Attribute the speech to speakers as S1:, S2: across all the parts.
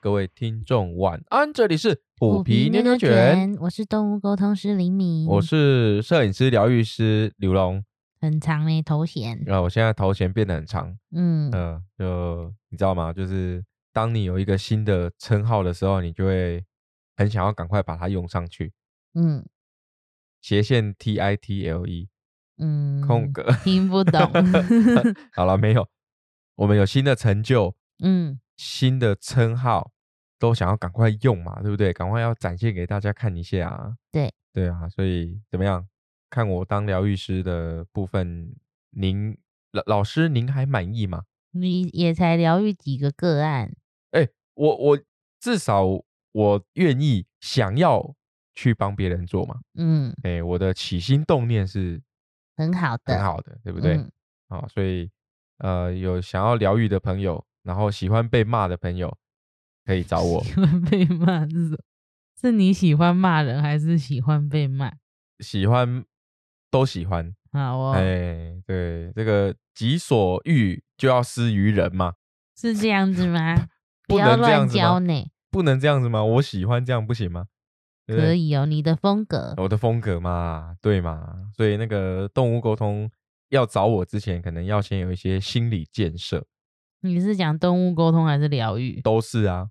S1: 各位听众晚安，这里是虎皮
S2: 牛
S1: 妞妞卷，，
S2: 我是动物沟通师林敏，
S1: 我是摄影师、疗愈师刘龙。
S2: 很长没头衔，
S1: 然后我现在头衔变得很长，
S2: 嗯，
S1: 嗯、就你知道吗？就是当你有一个新的称号的时候，你就会很想要赶快把它用上去。
S2: 嗯
S1: 斜线 T I T L E
S2: 嗯，
S1: 空格，
S2: 听不
S1: 嗯
S2: 懂，
S1: 好了，没有，我们有新的成就，
S2: 嗯
S1: 新的称号，都想要赶快用嘛，对不对？赶快要展现给大家看一下啊。
S2: 对，
S1: 对啊，所以怎么样？看我当疗愈师的部分，您老老师您还满意吗？
S2: 你也才疗愈几个个案，
S1: 哎，我我至少我愿意想要去帮别人做嘛。
S2: 嗯，
S1: 哎，我的起心动念是
S2: 很好的，
S1: 很好的，对
S2: 嗯，
S1: 不对？啊，所以呃，有想要疗愈的朋友，然后喜欢被骂的朋友，可以找啊 我。
S2: 喜欢被骂是什么？是你喜欢骂人，还是喜欢被骂？
S1: 喜欢都喜欢，
S2: 好哦，
S1: 哎，对，这个己所欲就要施于人嘛，
S2: 是这样子吗？
S1: 不
S2: 要
S1: 能这样
S2: 乱
S1: 子
S2: 教
S1: 吗？
S2: 呢，
S1: 不能这样子吗？我喜欢这样不行吗？对不
S2: 可
S1: 对
S2: 以哦，你的风格，
S1: 我的风格嘛，对嘛，所以那个动物沟通要找我之前，可能要先有一些心理建设，
S2: 你是讲动物沟通还是疗愈？
S1: 都是啊，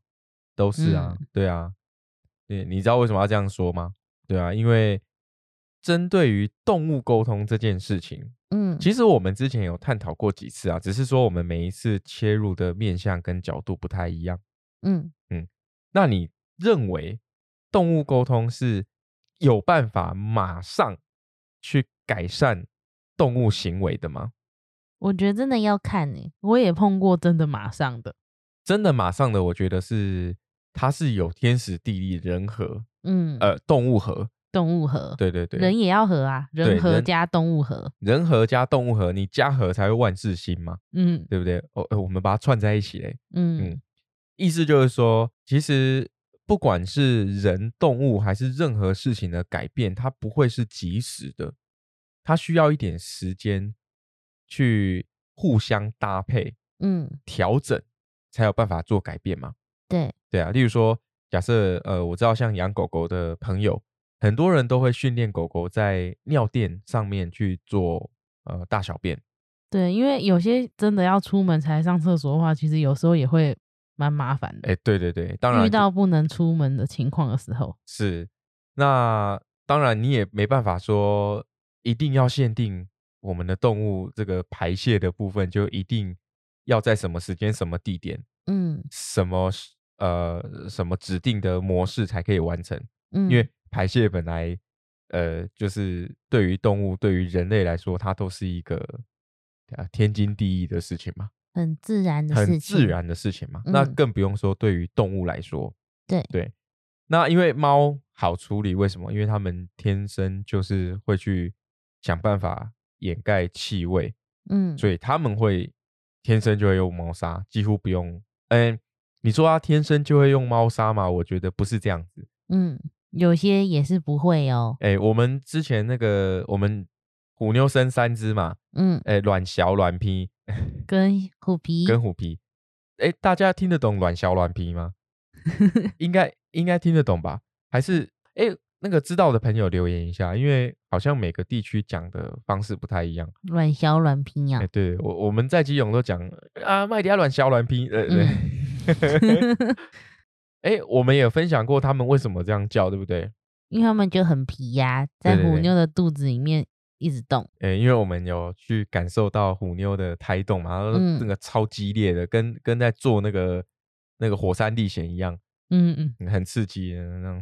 S1: 都是啊，
S2: 嗯
S1: 对啊，对，你知道为什么要这样说吗？对啊，因为针对于动物沟通这件事情，
S2: 嗯，
S1: 其实我们之前有探讨过几次啊，只是说我们每一次切入的面向跟角度不太一样。
S2: 嗯，
S1: 那你认为动物沟通是有办法马上去改善动物行为的吗？
S2: 我觉得真的要看呢、我也碰过真的马上的，
S1: 真的马上的，我觉得是它是有天时地利人和，
S2: 嗯，
S1: 呃，动物和，
S2: 动物和，
S1: 对对对，
S2: 人也要和啊，
S1: 对
S2: 人和
S1: 人
S2: 加动物和，
S1: 人和加动物和，你加和才会万事兴嘛，
S2: 嗯
S1: 对不对？哦，呃我们把它串在一起嘞，
S2: 嗯
S1: 意思就是说，其实不管是人、动物还是任何事情的改变，它不会是及时的，它需要一点时间去互相搭配、
S2: 嗯，
S1: 调整，才有办法做改变嘛。
S2: 对，
S1: 对啊，例如说，假设呃，我知道像养狗狗的朋友，很多人都会训练狗狗在尿垫上面去做呃大小便。
S2: 对，因为有些真的要出门才上厕所的话，其实有时候也会蛮麻烦的。
S1: 哎，对对对，当然
S2: 遇
S1: 就
S2: 到不能出门的情况的时候，
S1: 是，那当然你也没办法说一定要限定我们的动物这个排泄的部分，就一定要在什么时间、什么地点、
S2: 嗯
S1: 什么时呃什么指定的模式才可以完成，
S2: 嗯，
S1: 因为排泄本来呃就是对于动物、对于人类来说，它都是一个啊天经地义的事情嘛。
S2: 很自然的
S1: 很
S2: 事情，
S1: 自然的事情嘛。那
S2: 嗯
S1: 更不用说对于动物来说，
S2: 对
S1: 对。那因为猫好处理，为什么？因为它们天生就是会去想办法掩盖气味，
S2: 嗯，
S1: 所以它们会天生就会用猫砂，几乎不用。嗯，你说它天生就会用猫砂嘛？我觉得不是这样子。
S2: 嗯，有些也是不会哦，
S1: 哎，我们之前那个我们虎妞生三只嘛，
S2: 嗯，
S1: 哎，卵小、卵皮
S2: 跟虎皮，
S1: 嗯跟虎皮。哎，大家听得懂卵小、卵皮吗？应该应该听得懂吧？还是哎、诶那个知道的朋友留言一下，因为好像每个地区讲的方式不太一样。
S2: 软小软皮
S1: 哎、
S2: 啊，
S1: 对我我们在基隆都讲啊，麦迪亚软小软皮，
S2: 嗯
S1: 呃，对。哎、我们也分享过他们为什么这样叫，对不对？
S2: 因为他们就很皮呀、
S1: 对
S2: 在
S1: 对
S2: 虎
S1: 对
S2: 妞的肚子里面一直动，
S1: 哎、因为我们有去感受到虎妞的胎动嘛，然后
S2: 嗯
S1: 那个超激烈的，跟跟在做那个那个火山历险一样，
S2: 嗯嗯，
S1: 嗯很刺激的那种。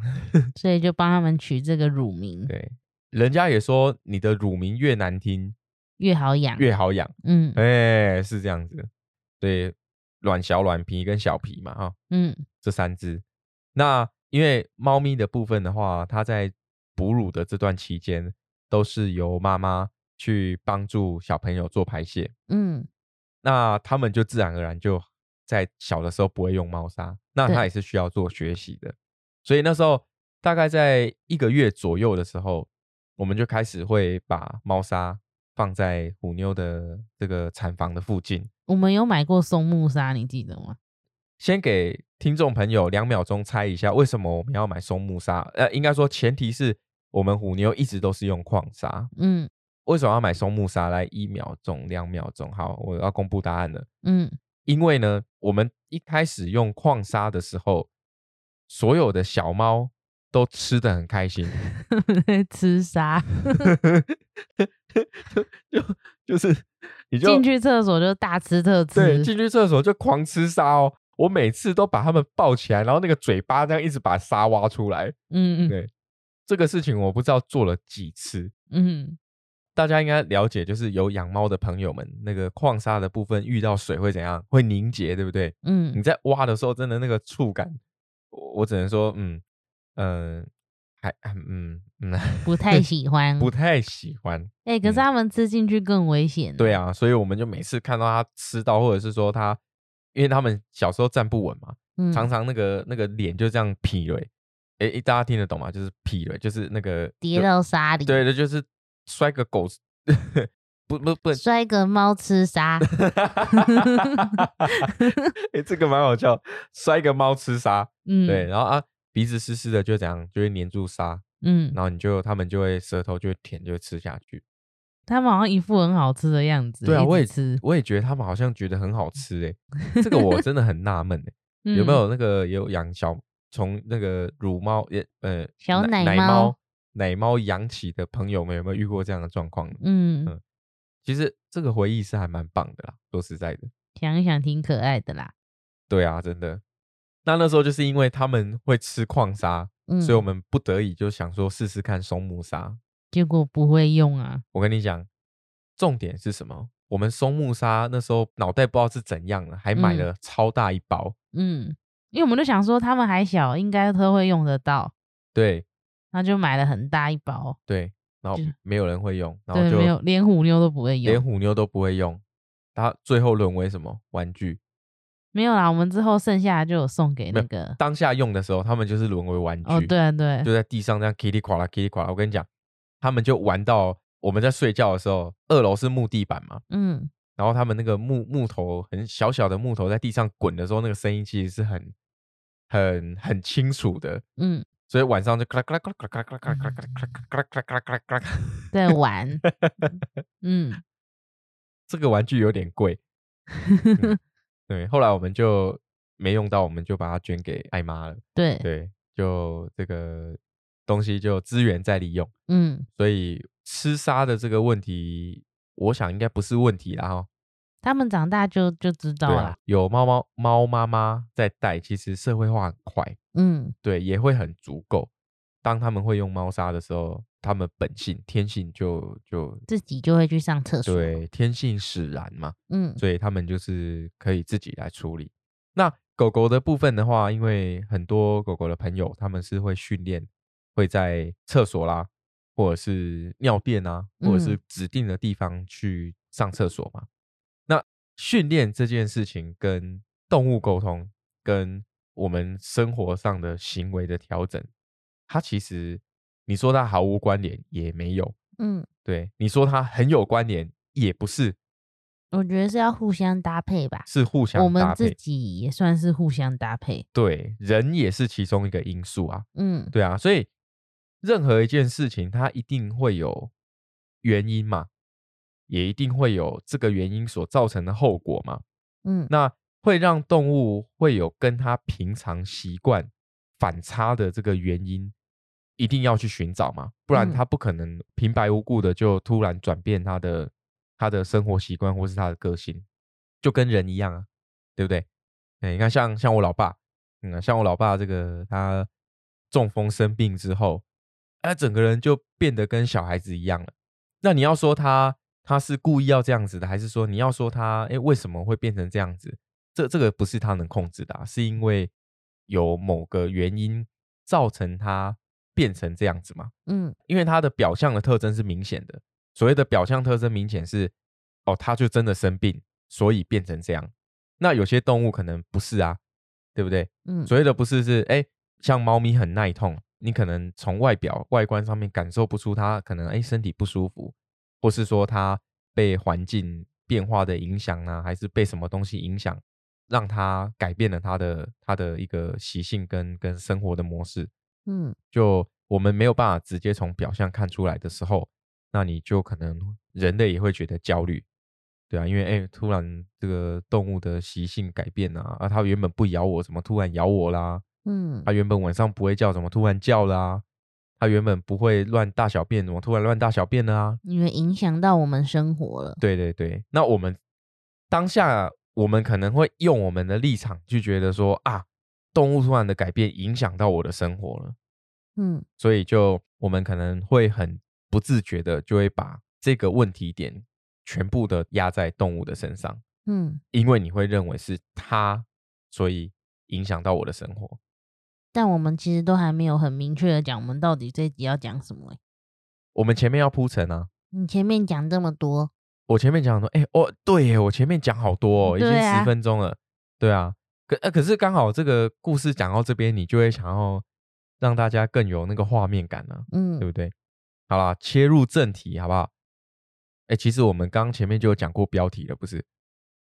S2: 所以就帮他们取这个乳名，
S1: 对，人家也说你的乳名越难听
S2: 越好养，
S1: 越好养。
S2: 嗯
S1: 哎、是这样子，对，卵小、卵皮跟小皮嘛，哈、
S2: 嗯
S1: 这三只。那因为猫咪的部分的话，它在哺乳的这段期间，都是由妈妈去帮助小朋友做排泄，
S2: 嗯，
S1: 那他们就自然而然就在小的时候不会用猫砂，那它
S2: 对
S1: 也是需要做学习的。所以那时候大概在一个月左右的时候，我们就开始会把猫砂放在虎妞的这个产房的附近。
S2: 我们有买过松木沙，你记得吗？
S1: 先给听众朋友两秒钟猜一下，为什么我们要买松木砂？呃，应该说前提是我们虎妞一直都是用矿砂，
S2: 嗯
S1: 为什么要买松木砂？来，一秒钟，两秒钟，好，我要公布答案了。
S2: 嗯
S1: 因为呢，我们一开始用矿砂的时候，所有的小猫都吃的很开心，
S2: 吃啥？
S1: 就 就是你就
S2: 进去厕所就大吃特
S1: 对
S2: 吃，
S1: 进去厕所就狂吃沙哦。我每次都把它们抱起来，然后那个嘴巴这样一直把沙挖出来。
S2: 嗯嗯
S1: 对这个事情我不知道做了几次，
S2: 嗯，
S1: 大家应该了解，就是有养猫的朋友们，那个矿沙的部分遇到水会怎样？会凝结，对不对？你
S2: 嗯，
S1: 在挖的时候，真的那个触感，我我只能说，嗯嗯、还嗯嗯，
S2: 不太喜欢。
S1: 不太喜欢。
S2: 哎、可是他们吃进去更危险。
S1: 对，啊，所以我们就每次看到它吃到，或者是说它，因为他们小时候站不稳嘛，
S2: 嗯，
S1: 常常那个那个脸就这样劈了。诶、诶大家听得懂吗？就是劈了，就是那个
S2: 跌
S1: 就
S2: 到沙里，
S1: 对对，就是摔个狗，不不不，
S2: 摔 个猫 吃沙。
S1: 诶这个蛮好笑，摔个猫吃沙，
S2: 嗯，
S1: 对，，然后啊鼻子湿湿的就怎样，就会粘住沙，
S2: 嗯，
S1: 然后你就他们就会舌头就会舔，就会吃下去。
S2: 他们好像一副很好吃的样子。
S1: 对啊，
S2: 一直
S1: 我也
S2: 吃，
S1: 我也觉得他们好像觉得很好吃哎、这个我真的很纳闷 哎，有没
S2: 嗯？
S1: 有那个有养小从那个乳猫也呃
S2: 小
S1: 奶
S2: 奶猫
S1: 猫奶猫养起的朋友们有没有遇过这样的状况呢？
S2: 嗯，
S1: 嗯其实这个回忆是还蛮棒的啦，说实在的，
S2: 想一想挺可爱的啦。
S1: 对啊，真的。那那时候就是因为他们会吃矿沙，
S2: 嗯，
S1: 所以我们不得已就想说试试看松木沙。
S2: 结果不会用啊。
S1: 我跟你讲，重点是什么？我们松木沙那时候脑袋不知道是怎样了，还买
S2: 嗯
S1: 了超大一包。
S2: 嗯，因为我们就想说他们还小，应该都会用得到，
S1: 对
S2: 那就买了很大一包。
S1: 对，然后
S2: 就
S1: 没有人会用，然后
S2: 对，没
S1: 就
S2: 有连虎妞都不会
S1: 连
S2: 用。
S1: 虎妞都不会用，它最后沦为什么玩具？
S2: 没有啦，我们之后剩下的就有送给
S1: 没
S2: 那
S1: 有
S2: 个。
S1: 当下用的时候，他们就是沦为玩具。
S2: 哦，对啊对，
S1: 就在地上这样噼里呱啦噼里呱啦。我跟你讲，他们就玩到我们在睡觉的时候，二楼是木地板嘛，
S2: 嗯，
S1: 然后他们那个木木头很小小的木头在地上滚的时候，那个声音其实是很很很清楚的，
S2: 嗯，
S1: 所以晚上就咔啦咔啦咔啦咔啦咔啦咔啦咔啦咔啦咔啦咔啦咔啦咔啦。
S2: 在玩，嗯，
S1: 这个玩具有点贵，嗯 对。后来我们就没用到，我们就把它捐给艾妈了。
S2: 对，
S1: 对，就这个东西就资源再利用。
S2: 嗯，
S1: 所以吃沙的这个问题，我想应该不是问题啦哈。
S2: 他们长大就就知道
S1: 对
S2: 了，
S1: 啊，有猫猫猫妈妈在带，其实社会化很快，
S2: 嗯
S1: 对，也会很足够。当他们会用猫砂的时候，他们本性天性就就，
S2: 自己就会去上厕所，，
S1: 对天性使然嘛，
S2: 嗯
S1: 所以他们就是可以自己来处理。那狗狗的部分的话，因为很多狗狗的朋友他们是会训练，会在厕所啦，或者是尿垫啊，或者是
S2: 嗯
S1: 指定的地方去上厕所嘛。那训练这件事情跟动物沟通，跟我们生活上的行为的调整，它其实你说它毫无关联也没有，
S2: 嗯，
S1: 对你说它很有关联也不是，
S2: 我觉得是要互相搭配吧，
S1: 是互相
S2: 我们
S1: 搭
S2: 自
S1: 配。
S2: 己也算是互相搭配，
S1: 对，人也是其中一个因素啊，
S2: 嗯
S1: 对啊，所以任何一件事情，它一定会有原因嘛，也一定会有这个原因所造成的后果嘛。
S2: 嗯
S1: 那会让动物会有跟它平常习惯反差的这个原因，一定要去寻找嘛，不然
S2: 嗯
S1: 它不可能平白无故的就突然转变它的它的生活习惯或是它的个性，就跟人一样啊，对不对？哎、你看像像我老爸，嗯啊，像我老爸这个他中风生病之后，他整个人就变得跟小孩子一样了。那你要说他他是故意要这样子的，还是说你要说他诶为什么会变成这样子？这这个不是他能控制的、啊，是因为有某个原因造成他变成这样子嘛？
S2: 嗯
S1: 因为他的表象的特征是明显的，所谓的表象特征明显是哦，他就真的生病，所以变成这样。那有些动物可能不是啊，对不对？
S2: 嗯，
S1: 所谓的不是是哎、诶像猫咪很耐痛，你可能从外表外观上面感受不出它可能哎、诶身体不舒服，或是说它被环境变化的影响啊，还是被什么东西影响，让他改变了他的他的一个习性跟跟生活的模式。
S2: 嗯，
S1: 就我们没有办法直接从表象看出来的时候，那你就可能人类也会觉得焦虑，对啊，因为哎、突然这个动物的习性改变啊，啊，它原本不咬我，怎么突然咬我啦？
S2: 嗯
S1: 它原本晚上不会叫，怎么突然叫啦？它原本不会乱大小便，怎么突然乱大小便了啊？
S2: 因为影响到我们生活了。
S1: 对对对，那我们当下我们可能会用我们的立场去觉得说啊，动物突然的改变影响到我的生活了。
S2: 嗯
S1: 所以就我们可能会很不自觉的就会把这个问题点全部的压在动物的身上，
S2: 嗯，
S1: 因为你会认为是它，所以影响到我的生活。
S2: 但我们其实都还没有很明确的讲，我们到底这一集要讲什么欸、
S1: 我们前面要铺陈啊，
S2: 你前面讲这么多，
S1: 我前面讲说，哎、哦，对耶，我前面讲好多哦，已经
S2: 对啊
S1: 十分钟了，对啊，可呃可是刚好这个故事讲到这边，你就会想要让大家更有那个画面感啊。对
S2: 嗯
S1: 不对？好啦，切入正题好不好？哎、其实我们刚前面就有讲过标题了，不是？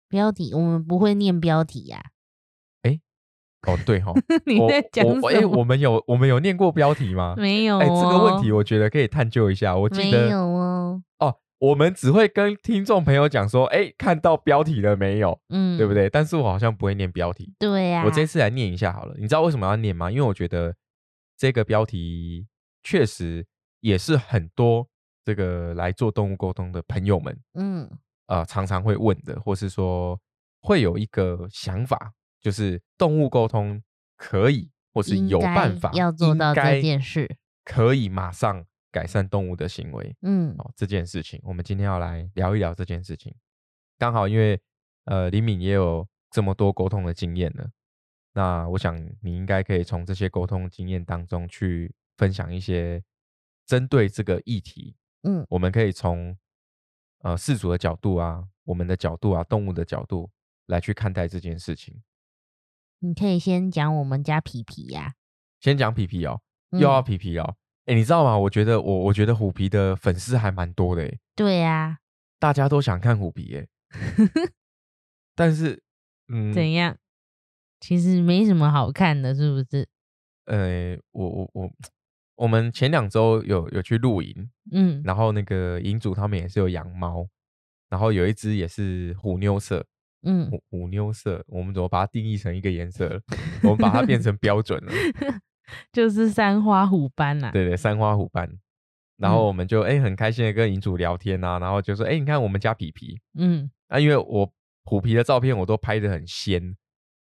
S2: 标题我们不会念标题呀、
S1: 哦，对哈，
S2: 你
S1: 我
S2: 在讲
S1: 我哎、
S2: 什么？
S1: 我们有我们有念过标题吗？
S2: 没有、哦
S1: 哎、这个问题我觉得可以探究一下。我记
S2: 没
S1: 得
S2: 有哦，
S1: 哦，我们只会跟听众朋友讲说，哎、看到标题了没有，
S2: 嗯，
S1: 对不？对？但是我好像不会念标题，
S2: 对呀、
S1: 我这次来念一下好了。你知道为什么要念吗？因为我觉得这个标题确实也是很多这个来做动物沟通的朋友们
S2: 嗯
S1: 呃常常会问的，或是说会有一个想法，就是动物沟通可以或是
S2: 应
S1: 有办
S2: 该
S1: 法
S2: 要做到这，
S1: 应
S2: 件
S1: 该
S2: 事
S1: 可以马上改善动物的行为
S2: 嗯
S1: 哦。这件事情，我们今天要来聊一聊这件事情。刚好因为呃李敏也有这么多沟通的经验了，那我想你应该可以从这些沟通经验当中去分享一些针对这个议题
S2: 嗯
S1: 我们可以从呃事主的角度啊，我们的角度啊，动物的角度来去看待这件事情。
S2: 你可以先讲我们家皮皮呀、
S1: 先讲皮皮哦，
S2: 嗯
S1: 又要皮皮哦。哎、你知道吗？我觉得我我觉得虎皮的粉丝还蛮多的诶，
S2: 对呀、
S1: 大家都想看虎皮 诶。但是，嗯，
S2: 怎样？其实没什么好看的，是不是？
S1: 呃，我我我，我们前两周有有去露营，
S2: 嗯
S1: 然后那个营主他们也是有养猫，然后有一只也是虎妞色，
S2: 嗯，
S1: 虎虎妞色，我们怎么把它定义成一个颜色了？我们把它变成标准 了。
S2: 就是三花虎斑啦、
S1: 对对，三花虎斑。然
S2: 嗯
S1: 后我们就哎、很开心的跟银主聊天啊，然后就说哎、你看我们家皮皮
S2: 嗯，
S1: 啊，因为我虎皮的照片我都拍的很仙，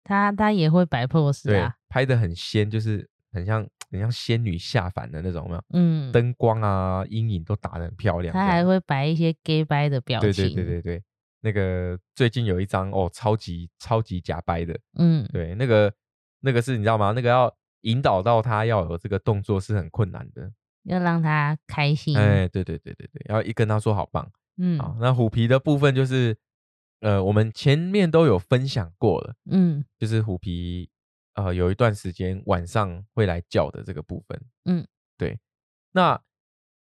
S2: 它它也会摆 pose
S1: 对，
S2: 啊。
S1: 拍的很仙，就是很像很像仙女下凡的那种，有没有？
S2: 嗯，
S1: 灯光啊，阴影都打的很漂亮这
S2: 它
S1: 样。
S2: 还会摆一些 gay 掰的表
S1: 对
S2: 情。
S1: 对对对对，那个最近有一张哦，超级超级假掰的，
S2: 嗯
S1: 对，那个那个是你知道吗？那个要引导到他要有这个动作是很困难的。
S2: 要让它开心。
S1: 哎，对对对对对，然后一跟他说好棒。
S2: 嗯
S1: 好，那虎皮的部分就是，呃，我们前面都有分享过了，
S2: 嗯
S1: 就是虎皮，呃，有一段时间晚上会来叫的这个部分。
S2: 嗯，
S1: 对。那，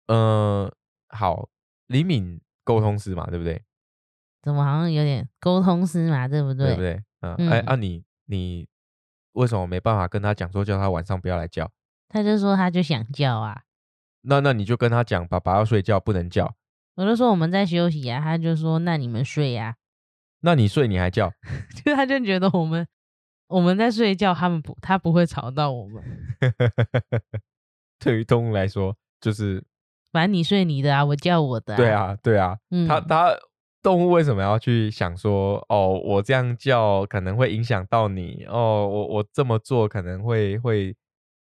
S1: 呃，好，李敏沟通师嘛，对不对？
S2: 怎么好像有点沟通师嘛，对不
S1: 不
S2: 对？
S1: 对？嗯，哎、
S2: 嗯
S1: 啊你，你为什么没办法跟他讲说叫他晚上不要来叫？
S2: 他就说他就想叫啊，
S1: 那那你就跟他讲，爸爸要睡觉，不能叫。
S2: 我就说我们在休息啊，他就说那你们睡啊，
S1: 那你睡你还叫？
S2: 就他就觉得我们我们在睡觉，他们不他不会吵到我们，
S1: 对于动物来说，就是
S2: 反正你睡你的啊，我叫我的、
S1: 对，啊，对啊，
S2: 嗯，
S1: 它它动物为什么要去想说哦，我这样叫可能会影响到你哦，我我这么做可能会会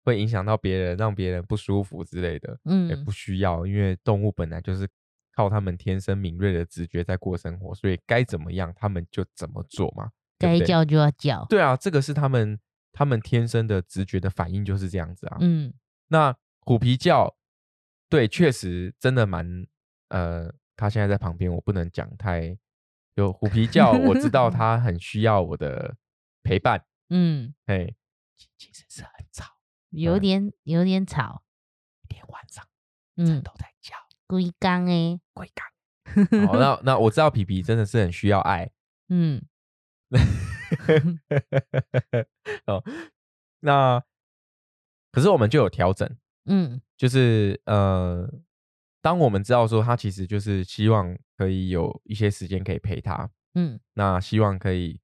S1: 会影响到别人，让别人不舒服之类的，也、
S2: 嗯
S1: 不需要，因为动物本来就是靠它们天生敏锐的直觉在过生活，所以该怎么样它们就怎么做嘛，对
S2: 该
S1: 不对？
S2: 叫就要叫，
S1: 对啊，这个是它们它们天生的直觉的反应就是这样子啊，
S2: 嗯
S1: 那虎皮叫，对，确实真的蛮呃，他现在在旁边，我不能讲太有虎皮叫，我知道他很需要我的陪伴，
S2: 嗯，
S1: 哎，其其实是很吵，
S2: 有
S1: 嗯
S2: 点有点吵，
S1: 连晚上
S2: 嗯，
S1: 都在叫，
S2: 龟缸哎，
S1: 鬼干。哦好，那那我知道皮皮真的是很需要爱，
S2: 嗯，
S1: 哦，那可是我们就有调整，
S2: 嗯
S1: 就是呃，当我们知道说他其实就是希望可以有一些时间可以陪他，
S2: 嗯
S1: 那希望可以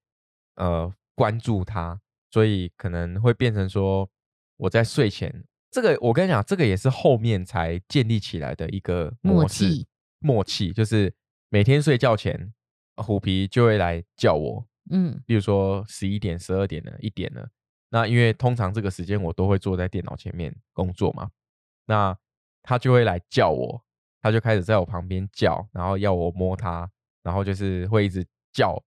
S1: 呃关注他，所以可能会变成说我在睡前，这个我跟你讲，这个也是后面才建立起来的一个
S2: 默
S1: 模式
S2: 契，
S1: 默契就是每天睡觉前，虎皮就会来叫我，
S2: 嗯
S1: 例如说十一点、十二点了、一点了。那因为通常这个时间我都会坐在电脑前面工作嘛，那他就会来叫我，他就开始在我旁边叫，然后要我摸他，然后就是会一直叫，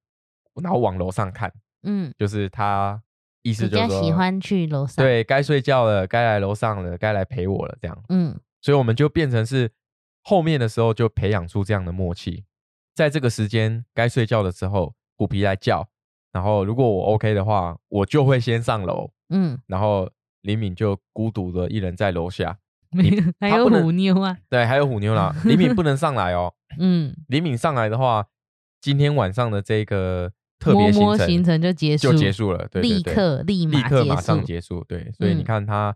S1: 然后往楼上看，
S2: 嗯，
S1: 就是他意思
S2: 比
S1: 就是
S2: 较
S1: 说
S2: 喜欢去楼上，，
S1: 对该睡觉了，该来楼上了，该来陪我了这样。
S2: 嗯
S1: 所以我们就变成是后面的时候就培养出这样的默契，在这个时间该睡觉的时候，虎皮来叫，然后如果我 OK 的话，我就会先上楼，
S2: 嗯，
S1: 然后李敏就孤独的一人在楼下，
S2: 没有， 还
S1: 他
S2: 有
S1: 不能
S2: 虎妞啊，
S1: 对，还有虎妞 啦，李敏不能上来哦，
S2: 嗯，
S1: 李敏上来的话，今天晚上的这个特
S2: 摸
S1: 别行
S2: 摸
S1: 程
S2: 行程就结束，
S1: 就结束 了，对对
S2: 立
S1: 对
S2: 刻立
S1: 立
S2: 马
S1: 刻马上
S2: 束，
S1: 结束，对，所以你
S2: 嗯
S1: 看他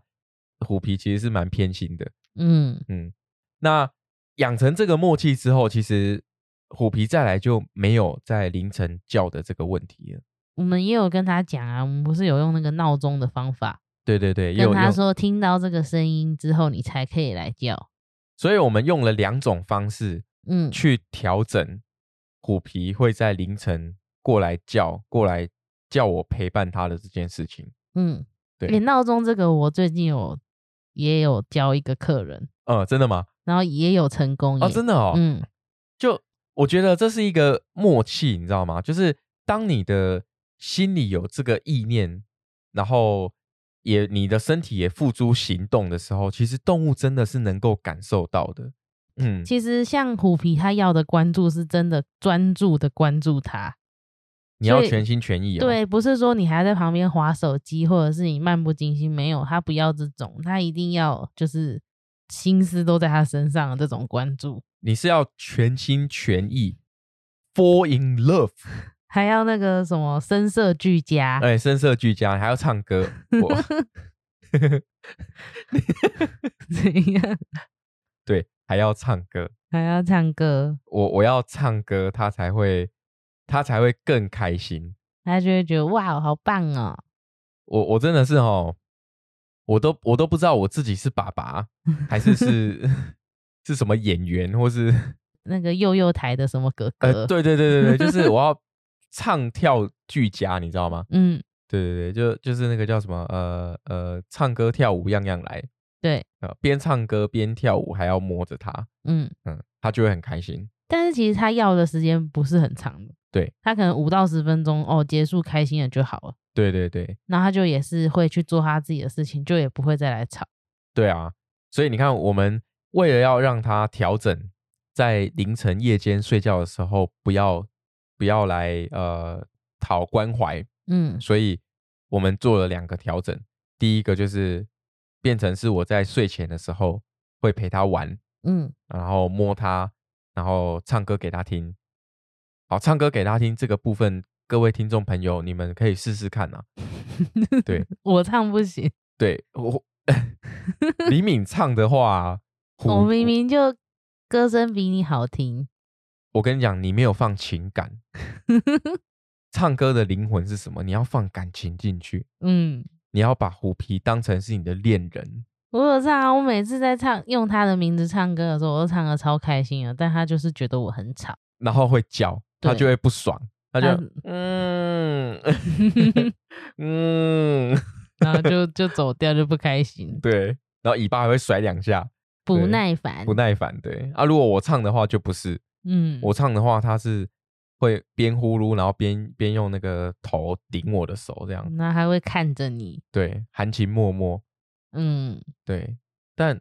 S1: 虎皮其实是蛮偏心的。
S2: 嗯
S1: 那养成这个默契之后，其实虎皮再来就没有在凌晨叫的这个问题了。
S2: 我们也有跟他讲啊，我们不是有用那个闹钟的方法，
S1: 对对对，也
S2: 跟
S1: 有
S2: 他
S1: 用，
S2: 说听到这个声音之后，你才可以来叫。
S1: 所以我们用了两种方式
S2: 嗯
S1: 去调整虎皮会在凌晨过来叫，过来叫我陪伴他的这件事情。
S2: 嗯，
S1: 对
S2: 诶闹钟这个我最近有也有教一个客人，
S1: 呃，真的吗？
S2: 然后也有成功耶。
S1: 哦，真的哦，
S2: 嗯
S1: 就我觉得这是一个默契，你知道吗？就是当你的心里有这个意念，然后也你的身体也付诸行动的时候，其实动物真的是能够感受到的。嗯，
S2: 其实像虎皮，他要的关注是真的专注的关注他，
S1: 你要
S2: 所以
S1: 全心全意、哦。，
S2: 对，不是说你还在旁边划手机，或者是你漫不经心，没有他不要这种，他一定要就是心思都在他身上的这种关注，
S1: 你是要全心全意，fall in love，
S2: 还要那个什么声色俱佳，
S1: 哎、声色俱佳，还要唱歌。我
S2: 怎样？
S1: 对，还要唱歌。
S2: 还要唱歌，
S1: 我我要唱歌，他才会他才会更开心。
S2: 他就会觉得哇，好棒哦，
S1: 我我真的是哦，我都我都不知道我自己是爸爸还是是是什么演员，或是
S2: 那个幼幼台的什么哥哥，
S1: 呃，对对对对对，就是我要唱跳俱佳，你知道吗？
S2: 嗯，
S1: 对对对，就就是那个叫什么呃呃，唱歌跳舞样样来，
S2: 对，
S1: 呃，边唱歌边跳舞，还要摸着他，
S2: 嗯，
S1: 嗯，他就会很开心。
S2: 但是其实他要的时间不是很长的，
S1: 对
S2: 他可能五到十分钟哦，结束开心了就好了。
S1: 对对对
S2: 然后他就也是会去做他自己的事情，就也不会再来吵。
S1: 对啊，所以你看，我们为了要让他调整，在凌晨夜间睡觉的时候，不要不要来呃讨关怀，
S2: 嗯
S1: 所以我们做了两个调整。第一个就是变成是我在睡前的时候会陪他玩，
S2: 嗯
S1: 然后摸他，然后唱歌给他听。好，唱歌给他听这个部分，各位听众朋友，你们可以试试看啊。对，
S2: 我唱不行，
S1: 对我， 李敏唱的话，
S2: 我
S1: 虎
S2: 明明就歌声比你好听。
S1: 我跟你讲，你没有放情 感。唱歌的灵魂是什么？你要放感情进去，
S2: 嗯，
S1: 你要把虎皮当成是你的恋人。
S2: 我有唱啊，我每次在唱用他的名字唱歌的时候，我都唱的超开心的，但他就是觉得我很吵。
S1: 然后会叫，他
S2: 对
S1: 就会不爽，他就
S2: 他
S1: 嗯 嗯，
S2: 然后就就走掉，就不开心，
S1: 对，然后尾巴还会甩两下，
S2: 不
S1: 对
S2: 耐烦
S1: 不。耐烦。对啊，如果我唱的话就不是，
S2: 嗯，
S1: 我唱的话他是会边呼噜，然后边边用那个头顶我的手这样，
S2: 那还会看着你。
S1: 对，含情脉脉，
S2: 嗯，
S1: 对。但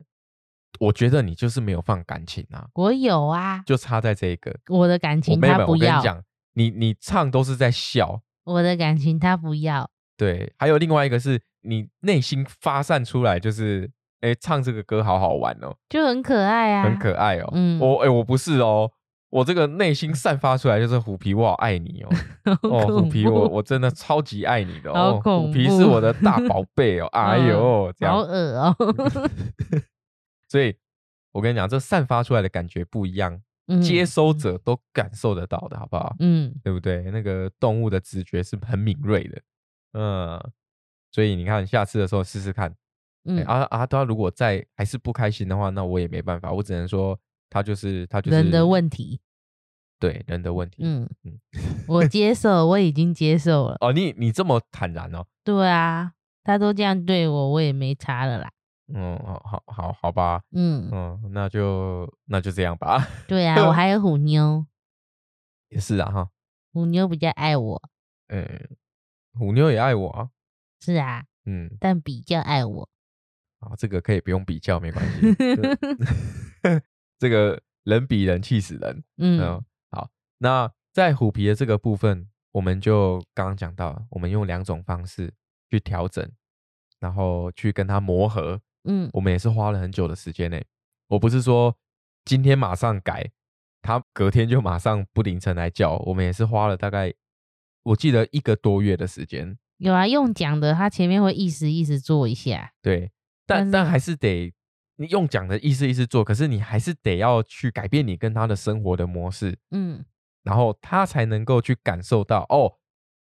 S1: 我觉得你就是没有放感情啊，
S2: 我有啊，
S1: 就差在这一个。
S2: 我的感
S1: 我
S2: 情
S1: 妹妹，
S2: 他
S1: 我
S2: 不
S1: 跟你
S2: 要，
S1: 讲，你你唱都是在笑，
S2: 我的感情他不要。
S1: 对，还有另外一个是你内心发散出来，就是哎，诶唱这个歌好好玩哦，
S2: 就很可爱啊，
S1: 很可爱哦。
S2: 嗯
S1: 我哎，诶我不是哦，我这个内心散发出来就是虎皮，我好爱 你哦，
S2: 好
S1: 哦，虎
S2: 恐
S1: 皮
S2: 怖
S1: 我我真的超级爱你的
S2: 好
S1: 哦，
S2: 恐
S1: 虎皮是
S2: 怖嗯
S1: 我的大 宝贝哦，哎呦，这
S2: 好
S1: 样，
S2: 恶哦、
S1: 所以我跟你讲，这散发出来的感觉不一样，
S2: 嗯
S1: 接哎收者都感受得到的，好不好？
S2: 嗯
S1: 对不对？那个动物的直觉是很敏锐的，嗯，所以你看，下次的时候试试看。
S2: 嗯、
S1: 欸啊啊，他如果再还是不开心的话，那我也没办法，我只能说他就是他就是
S2: 人的问题。
S1: 对人的问题。
S2: 嗯
S1: 嗯，
S2: 我接受，我已经接受了。
S1: 哦，你你这么坦然哦，
S2: 对啊，他都这样对我，我也没差了啦。
S1: 嗯，好好好好吧，
S2: 嗯，
S1: 嗯，那就那就这样吧，
S2: 对啊，我还有虎妞，
S1: 也是啊哈，
S2: 虎妞比较爱我，
S1: 嗯，虎妞也爱我啊，
S2: 是啊，
S1: 嗯，
S2: 但比较 爱我。
S1: 啊，这个可以不用比较，没关 系， 这这个 人比人气死人，
S2: 嗯
S1: 嗯，好，那在虎皮的这个部分，我们就刚刚讲到了，我们用两种方式去调整，然后去跟它磨合，
S2: 嗯
S1: 我们也是花了很久的时间呢、我不是说今天马上改，它隔天就马上不凌晨来叫，我们也是花了大概我记得一个多月的时间，
S2: 有啊，用讲的，他前面会意思意思做一下。
S1: 对，但
S2: 但
S1: 但还是得。你用讲的意思意思做，可是你还是得要去改变你跟他的生活的模式，
S2: 嗯
S1: 然后他才能够去感受到哦，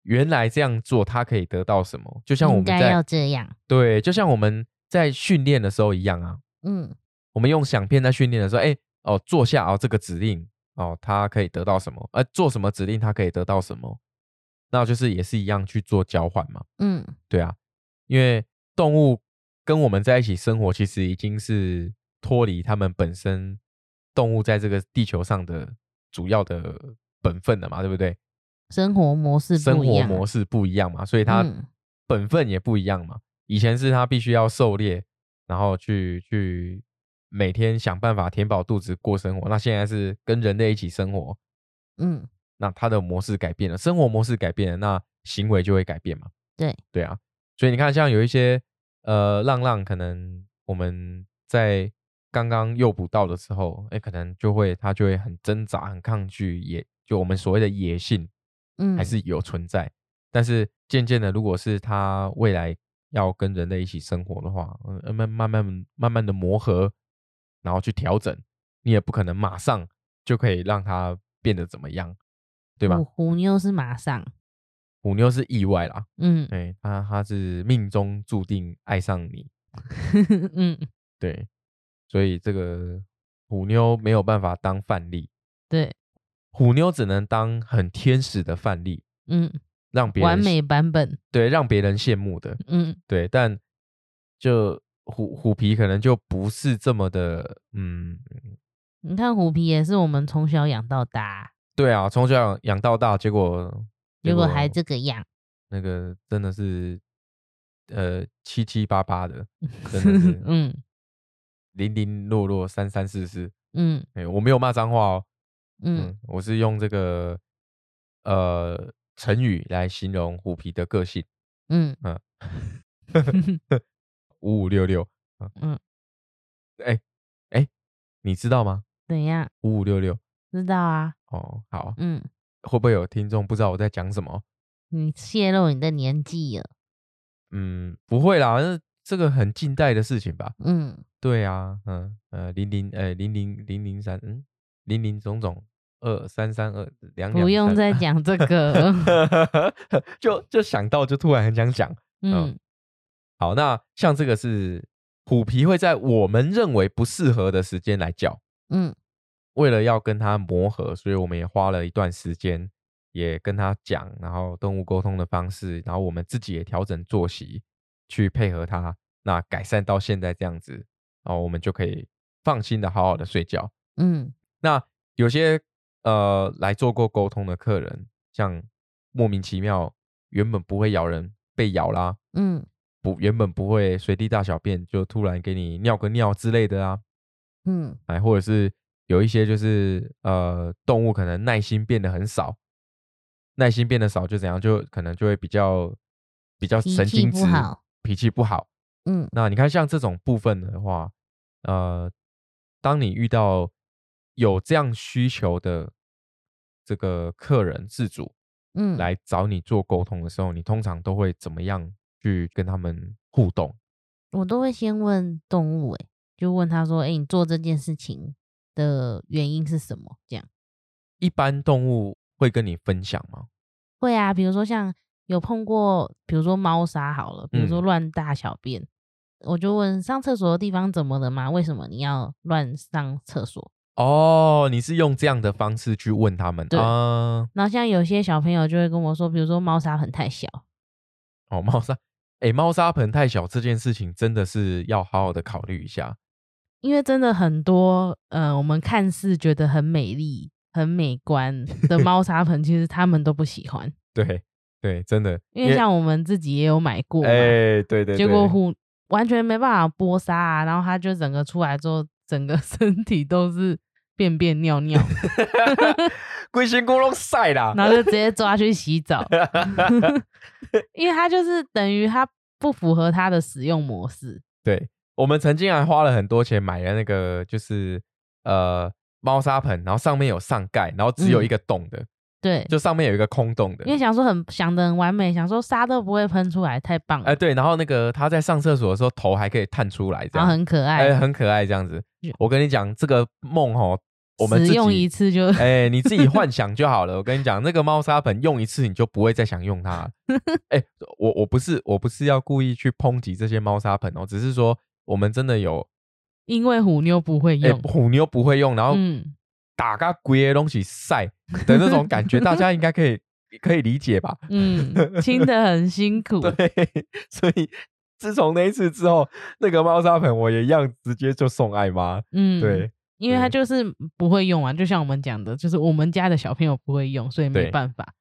S1: 原来这样做他可以得到什么。就像我
S2: 应
S1: 们
S2: 该要
S1: 在
S2: 这样。
S1: 对，就像我们在训练的时候一样啊，
S2: 嗯
S1: 我们用响片在训练的时候，哎哦，做下哦这个指令哦，他可以得到什么？呃，做什么指令他可以得到什么？那就是也是一样去做交换嘛，
S2: 嗯
S1: 对啊，因为动物跟我们在一起生活，其实已经是脱离他们本身动物在这个地球上的主要的本分了嘛，对不对？
S2: 生活模式
S1: 生
S2: 不一
S1: 活
S2: 样。
S1: 模式不一样嘛，所以他
S2: 嗯
S1: 本分也不一样嘛。以前是他必须要狩猎，然后去去每天想办法填饱肚子过生活，那现在是跟人类一起生活，
S2: 嗯
S1: 那他的模式改变了，生活模式改变了，那行为就会改变嘛。
S2: 对
S1: 对啊，所以你看，像有一些呃浪浪，可能我们在刚刚诱捕到的时候，哎，可能就会他就会很挣扎、很抗拒，也就我们所谓的野性，
S2: 嗯，
S1: 还是有存在。但是渐渐的，如果是他未来要跟人类一起生活的话，嗯，慢慢慢慢慢的磨合，然后去调整，你也不可能马上就可以让他变得怎么样，对吧
S2: 虎？虎妞是马上。
S1: 虎妞是意外啦，
S2: 嗯
S1: 对，他他是命中注定爱上你，
S2: 嗯，
S1: 对，所以这个虎妞没有办法当范例，
S2: 对，
S1: 虎妞只能当很天使的范例，
S2: 嗯，
S1: 让别人
S2: 完美版本。
S1: 对让别人羡慕的，
S2: 嗯
S1: 对，但就虎虎皮可能就不是这么的，嗯，
S2: 你看虎皮也是我们从小养到大啊，
S1: 对啊，从小养养到大，结果
S2: 结果还这个样。
S1: 那个真的是呃七七八八的，真的是
S2: 嗯
S1: 零零落落三三四四，
S2: 嗯
S1: 哎、我没有骂脏话哦，
S2: 嗯
S1: 嗯，我是用这个呃成语来形容虎皮的个性，
S2: 嗯
S1: 五五六六，
S2: 嗯
S1: 嗯，哎哎，你知道吗？
S2: 怎样？
S1: 五五六六。
S2: 知道啊。
S1: 哦，好，
S2: 嗯，
S1: 会不会有听众不知道我在讲什么？
S2: 你泄露你的年纪了。
S1: 嗯，不会啦，那这个很近代的事情吧？
S2: 嗯
S1: 对啊，嗯呃，零零呃零零零零三，嗯，零零总总二三三二两两
S2: 不用
S1: 三
S2: 再讲这个
S1: 就就想到就突然很想讲。
S2: 嗯
S1: 好，那像这个是虎皮会在我们认为不适合的时间来叫，
S2: 嗯
S1: 为了要跟它磨合，所以我们也花了一段时间，也跟它讲，然后动物沟通的方式，然后我们自己也调整作息去配合它，那改善到现在这样子，然后我们就可以放心的好好的睡觉。
S2: 嗯
S1: 那有些呃来做过沟通的客人，像莫名其妙原本不会咬人被咬啦，
S2: 嗯
S1: 不原本不会随地大小便，就突然给你尿个尿之类的啊，
S2: 嗯
S1: 哎，或者是有一些就是呃，动物可能耐心变得很少，耐心变得少就怎样，就可能就会比较比较
S2: 脾
S1: 神
S2: 气
S1: 经
S2: 不
S1: 质
S2: 好，
S1: 脾气不好。
S2: 嗯
S1: 那你看像这种部分的话，呃，当你遇到有这样需求的这个客人自主
S2: 嗯，
S1: 来找你做沟通的时候，你通常都会怎么样去跟他们互动？
S2: 我都会先问动物、欸，就问他说，哎、你做这件事情的原因是什么？这样
S1: 一般动物会跟你分享吗？
S2: 会啊，比如说像有碰过，比如说猫砂好了，比如说
S1: 嗯
S2: 乱大小便，我就问上厕所的地方怎么了嘛？为什么你要乱上厕所？
S1: 哦，你是用这样的方式去问他们
S2: 对
S1: 啊？
S2: 然后像有些小朋友就会跟我说，比如说猫砂盆太小，
S1: 哦，猫砂，哎，猫砂盆太小这件事情真的是要好好的考虑一下。
S2: 因为真的很多，呃，我们看似觉得很美丽、很美观的猫砂盆，其实他们都不喜欢，
S1: 对对，真的，
S2: 因为像我们自己也有买过嘛，
S1: 哎，对对，
S2: 结
S1: 对
S2: 果虎完全没办法剥沙、啊，然后它就整个出来之后，整个 身体都是便便尿尿，
S1: 龟仙窟窿晒啦。
S2: 然后就直接抓去洗 澡， 因为它就是等于它不符合它的使用模式。
S1: 对，我们曾经还花了很多钱买了那个，就是呃猫砂盆，然后上面有上盖，然后只有一
S2: 嗯
S1: 个洞的，
S2: 对，
S1: 就上面有一个空洞的
S2: 因。为想说很想的很完美，想说沙都不会喷出来，太棒了，
S1: 哎、对，然后那个它在上厕所的时候头还可以探出来，这
S2: 然后
S1: 样，
S2: 很可
S1: 哎、
S2: 爱，
S1: 很可爱这样子
S2: 嗯。
S1: 我跟你讲，这个梦哦，我们
S2: 使
S1: 自
S2: 用一
S1: 己，
S2: 次 就
S1: 哎、你自己幻想就好了。我跟你讲，那个猫砂盆用一次你就不会再想用它 了。哎、我我不是我不是要故意去抨击这些猫砂盆哦，只是说我们真的有，
S2: 因为虎妞不会
S1: 哎、
S2: 用，
S1: 虎妞不会用，然后
S2: 嗯，
S1: 打个鬼的东西晒的那种感觉，大家应该可以 可以理解吧？
S2: 嗯，清的很辛苦，
S1: 对，所以自从那一次之后，那个猫砂盆我也一样直接就送爱妈。
S2: 嗯，
S1: 对、，
S2: 因为他
S1: 对
S2: 就是不会用啊，就像我们讲的，就是我们家的小朋友不会用，所以没
S1: 对
S2: 办法。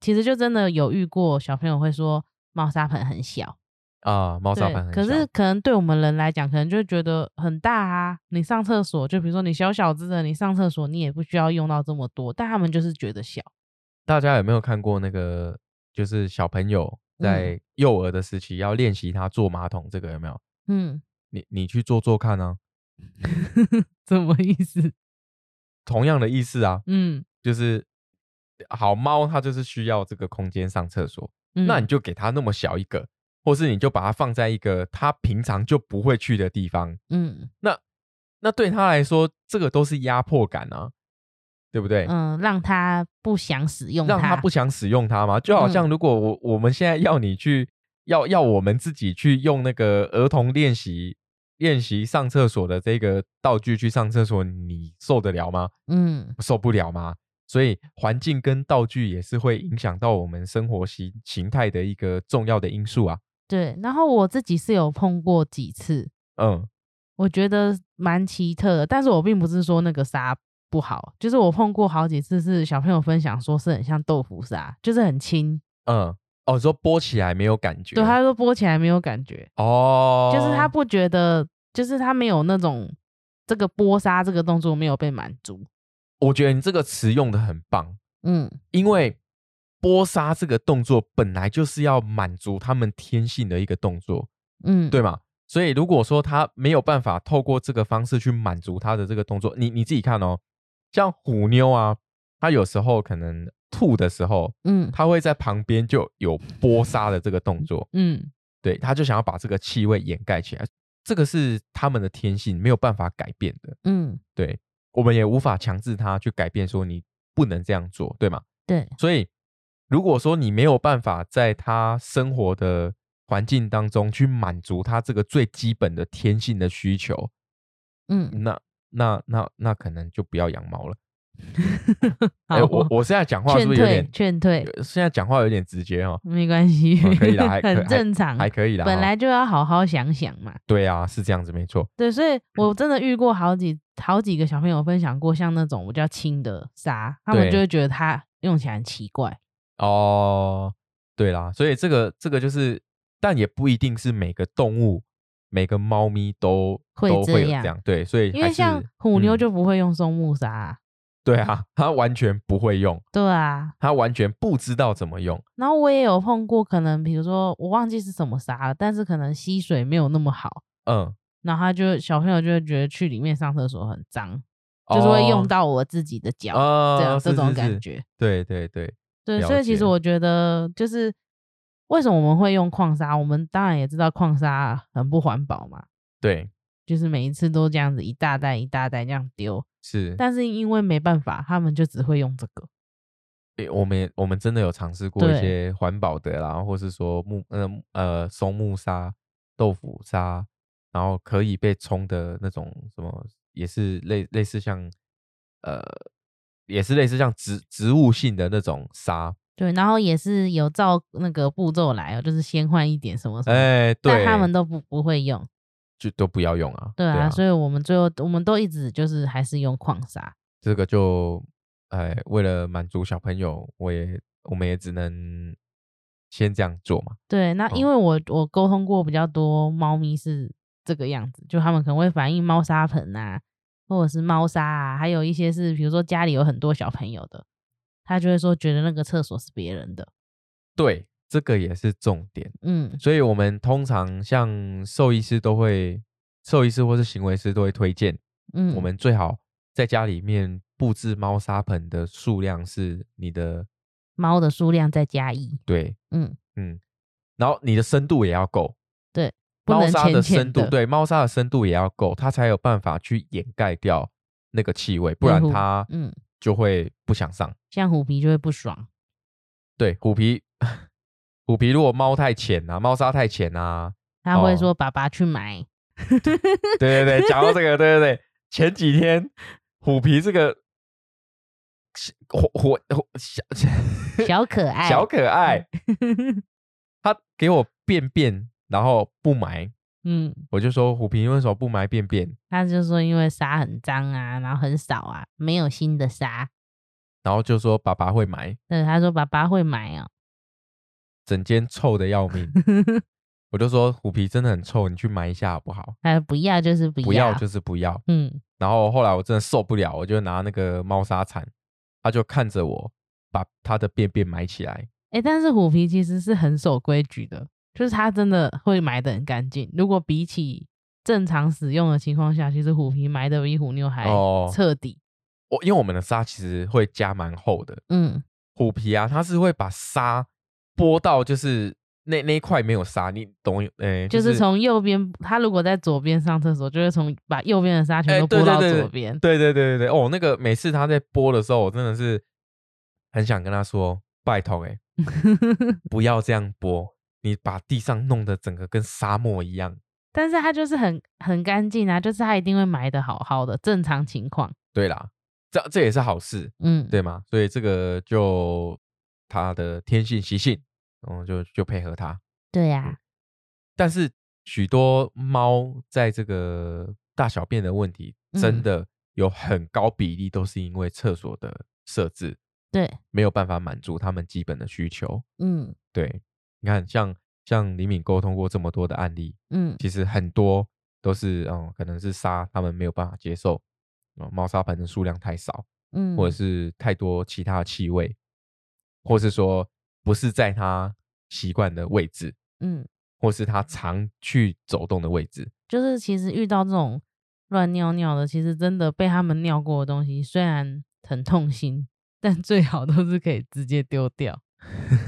S2: 其实就真的有遇过小朋友会说猫砂盆很小，
S1: 啊，猫砂
S2: 对
S1: 盆，很
S2: 可
S1: 小
S2: 是可能对我们人来讲，可能就会觉得很大啊。你上厕所，就比如说你小小只的，你上厕所你也不需要用到这么多，但他们就是觉得小。
S1: 大家有没有看过那个，就是小朋友在幼儿的时期要练习他坐马桶，这个有没有？
S2: 嗯，
S1: 你你去做做看啊，
S2: 什么意思？
S1: 同样的意思啊，
S2: 嗯，
S1: 就是好猫它就是需要这个空间上厕所，那你
S2: 嗯
S1: 就给它那么小一个，或是你就把它放在一个它平常就不会去的地方。
S2: 嗯
S1: 那那对它来说，这个都是压迫感啊，对不对？
S2: 嗯，让他不想使用
S1: 让它
S2: 它
S1: 不想使用它嘛，就好
S2: 嗯
S1: 像如果我、我们现在要你去要要我们自己去用那个儿童练习练习上厕所的这个道具去上厕所，你受得了吗？
S2: 嗯
S1: 受不了吗？所以环境跟道具也是会影响到我们生活形形态的一个重要的因素啊。
S2: 对。然后我自己是有碰过几次，
S1: 嗯，
S2: 我觉得蛮奇特的，但是我并不是说那个沙不好，就是我碰过好几次是小朋友分享说是很像豆腐沙，就是很轻，
S1: 嗯，哦，你说剥起来没有感觉？
S2: 对，他说剥起来没有感觉，
S1: 哦，
S2: 就是他不觉得，就是他没有那种这个剥沙这个动作没有被满足，
S1: 我觉得你这个词用的很棒，
S2: 嗯
S1: 因为剥沙这个动作本来就是要满足他们天性的一个动作，
S2: 嗯，
S1: 对吗？所以如果说他没有办法透过这个方式去满足他的这个动作，你你自己看哦，像虎妞啊，她有时候可能吐的时候，
S2: 嗯
S1: 他会在旁边就有剥沙的这个动作，
S2: 嗯
S1: 对，他就想要把这个气味掩盖起来，这个是他们的天性，没有办法改变的，
S2: 嗯，
S1: 对，我们也无法强制他去改变，说你不能这样做，对吗？
S2: 对，
S1: 所以如果说你没有办法在他生活的环境当中去满足他这个最基本的天性的需求，
S2: 嗯，
S1: 那那那那可能就不要养猫了。
S2: 好，
S1: 哎、我 我现在讲话是
S2: 劝
S1: 不是有
S2: 退
S1: 点？
S2: 哦劝退，
S1: 现在讲话有点直接哦，
S2: 没关系，
S1: 哦可以啦还可以
S2: 很正常，
S1: 还哦可以啦哈。
S2: 嗯本来就要好好想想嘛。
S1: 对啊，是这样子没错。
S2: 对，所以我真的遇过好几好几个小朋友分享过，像那种比较轻的沙，他们
S1: 对
S2: 就会觉得它用起来很奇怪。
S1: 哦，对啦，所以这个这个就是，但也不一定是每个动物、每个猫咪都
S2: 会
S1: 都
S2: 这
S1: 会有
S2: 样
S1: 这样，对，所以
S2: 因
S1: 还
S2: 为
S1: 是
S2: 像虎妞
S1: 嗯
S2: 就不会用松木沙啊、
S1: 对啊，它完全不会用，
S2: 对啊。
S1: 它完全不知道怎么用，
S2: 然后我也有碰过，可能比如说我忘记是什么沙了，但是可能吸水没有那么好，
S1: 嗯，
S2: 然后他就小朋友就会觉得去里面上厕所很脏，就是会用
S1: 哦
S2: 到我自己的脚，
S1: 啊
S2: 这样
S1: 是
S2: 这种
S1: 是
S2: 感
S1: 是
S2: 觉。
S1: 对对对，
S2: 对，
S1: 了
S2: 所以其
S1: 解
S2: 实我觉得就是为什么我们会用矿砂，我们当然也知道矿砂很不环保嘛，
S1: 对，
S2: 就是每一次都这样子一大袋一大袋这样丢，
S1: 是。
S2: 但是因为没办法，他们就只会用这个。
S1: 诶我们也我们真的有尝试过一
S2: 对
S1: 些环保的啦，然后或是说木呃木呃松木沙、豆腐沙，然后可以被冲的那种什么，也是类类似像呃，也是类似像植植物性的那种沙。
S2: 对，然后也是有照那个步骤来哦，就是先换一点什么什么，
S1: 哎、对，
S2: 但他们都不不会用。
S1: 就都不要用啊。
S2: 对啊，
S1: 啊，
S2: 所以我们最后我们都一直就是还是用矿砂。
S1: 这个就哎、为了满足小朋友，我也我们也只能先这样做嘛。
S2: 对，那
S1: 哦
S2: 因为我、我沟通过比较多猫咪是这个样子，就它们可能会反映猫砂盆啊，或者是猫砂啊，还有一些是比如说家里有很多小朋友的，他就会说觉得那个厕所是别人的，
S1: 对，这个也是重点。
S2: 嗯，
S1: 所以我们通常像兽医师都会，兽医师或是行为师都会推荐，
S2: 嗯，
S1: 我们最好在家里面布置猫砂盆的数量是你的
S2: 猫的数量再加一，
S1: 对，
S2: 嗯，
S1: 嗯，然后你的深度也要够，
S2: 不
S1: 猫
S2: 能
S1: 砂
S2: 浅
S1: 的
S2: 浅
S1: 深度
S2: 的，
S1: 对，猫砂的深度也要够，它才有办法去掩盖掉那个气味，不然
S2: 嗯哼
S1: 它
S2: 嗯，
S1: 就会不想上。
S2: 像虎皮就会不爽，
S1: 对，虎皮，虎皮如果猫太浅啊，猫砂太浅啊，
S2: 他会
S1: 哦
S2: 说爸爸 去买，
S1: 对对对，讲到这个，对对对，前几天虎皮这个火火火小
S2: 小可爱，嗯
S1: 小可爱， 他给我便便，然后不埋，
S2: 嗯，
S1: 我就说虎皮你为什么不埋便便？
S2: 他就说因为沙很脏啊，然后很少啊，没有新的沙，
S1: 然后就说爸爸会埋，
S2: 对，他说爸爸会买哦。
S1: 整间臭的要 命。我就说虎皮真的很臭，你去埋一下好不好？
S2: 哎，不要就是不要，
S1: 不要就是不要。
S2: 嗯，
S1: 然后后来我真的受不了，我就拿那个猫砂铲，他就看着我把他的便便埋起来。
S2: 哎、但是虎皮其实是很守规矩的，就是它真的会埋的很干净。如果比起正常使用的情况下，其实虎皮埋的比虎妞还
S1: 哦
S2: 彻底。
S1: 我因为我们的沙其实会加蛮厚的，
S2: 嗯，
S1: 虎皮啊，它是会把沙拨到就是那那一块没有沙，你懂？诶、
S2: 就是是从右边，它如果在左边上厕所，就会从把右边的沙全
S1: 哎
S2: 都
S1: 对
S2: 拨
S1: 对
S2: 到
S1: 对
S2: 左边。
S1: 对对对对对，哦，那个每次他在拨的时候，我真的是很想跟他说，拜托诶、欸不要这样拨，你把地上弄得整个跟沙漠一样。
S2: 但是它就是很很干净啊，就是它一定会埋的好好的，正常情况。
S1: 对啦，这这也是好事，
S2: 嗯，
S1: 对吗？所以这个就他的天性习性，然后就就配合他。
S2: 对啊
S1: 嗯
S2: 呀、
S1: 但是许多猫在这个大小便的问题，真
S2: 嗯
S1: 的有很高比例都是因为厕所的设置
S2: 对，
S1: 没有办法满足它们基本的需求。
S2: 嗯
S1: 对，你看，像像李敏沟通过这么多的案例，
S2: 嗯
S1: 其实很多都是嗯，可能是沙，它们没有办法接受，嗯猫砂盆的数量太少，
S2: 嗯，
S1: 或者是太多其他的气味，或是说不是在它习惯的位置，
S2: 嗯。
S1: 或是它常去走动的位置。
S2: 就是其实遇到这种乱尿尿的，其实真的被他们尿过的东西，虽然很痛心，但最好都是可以直接丢掉，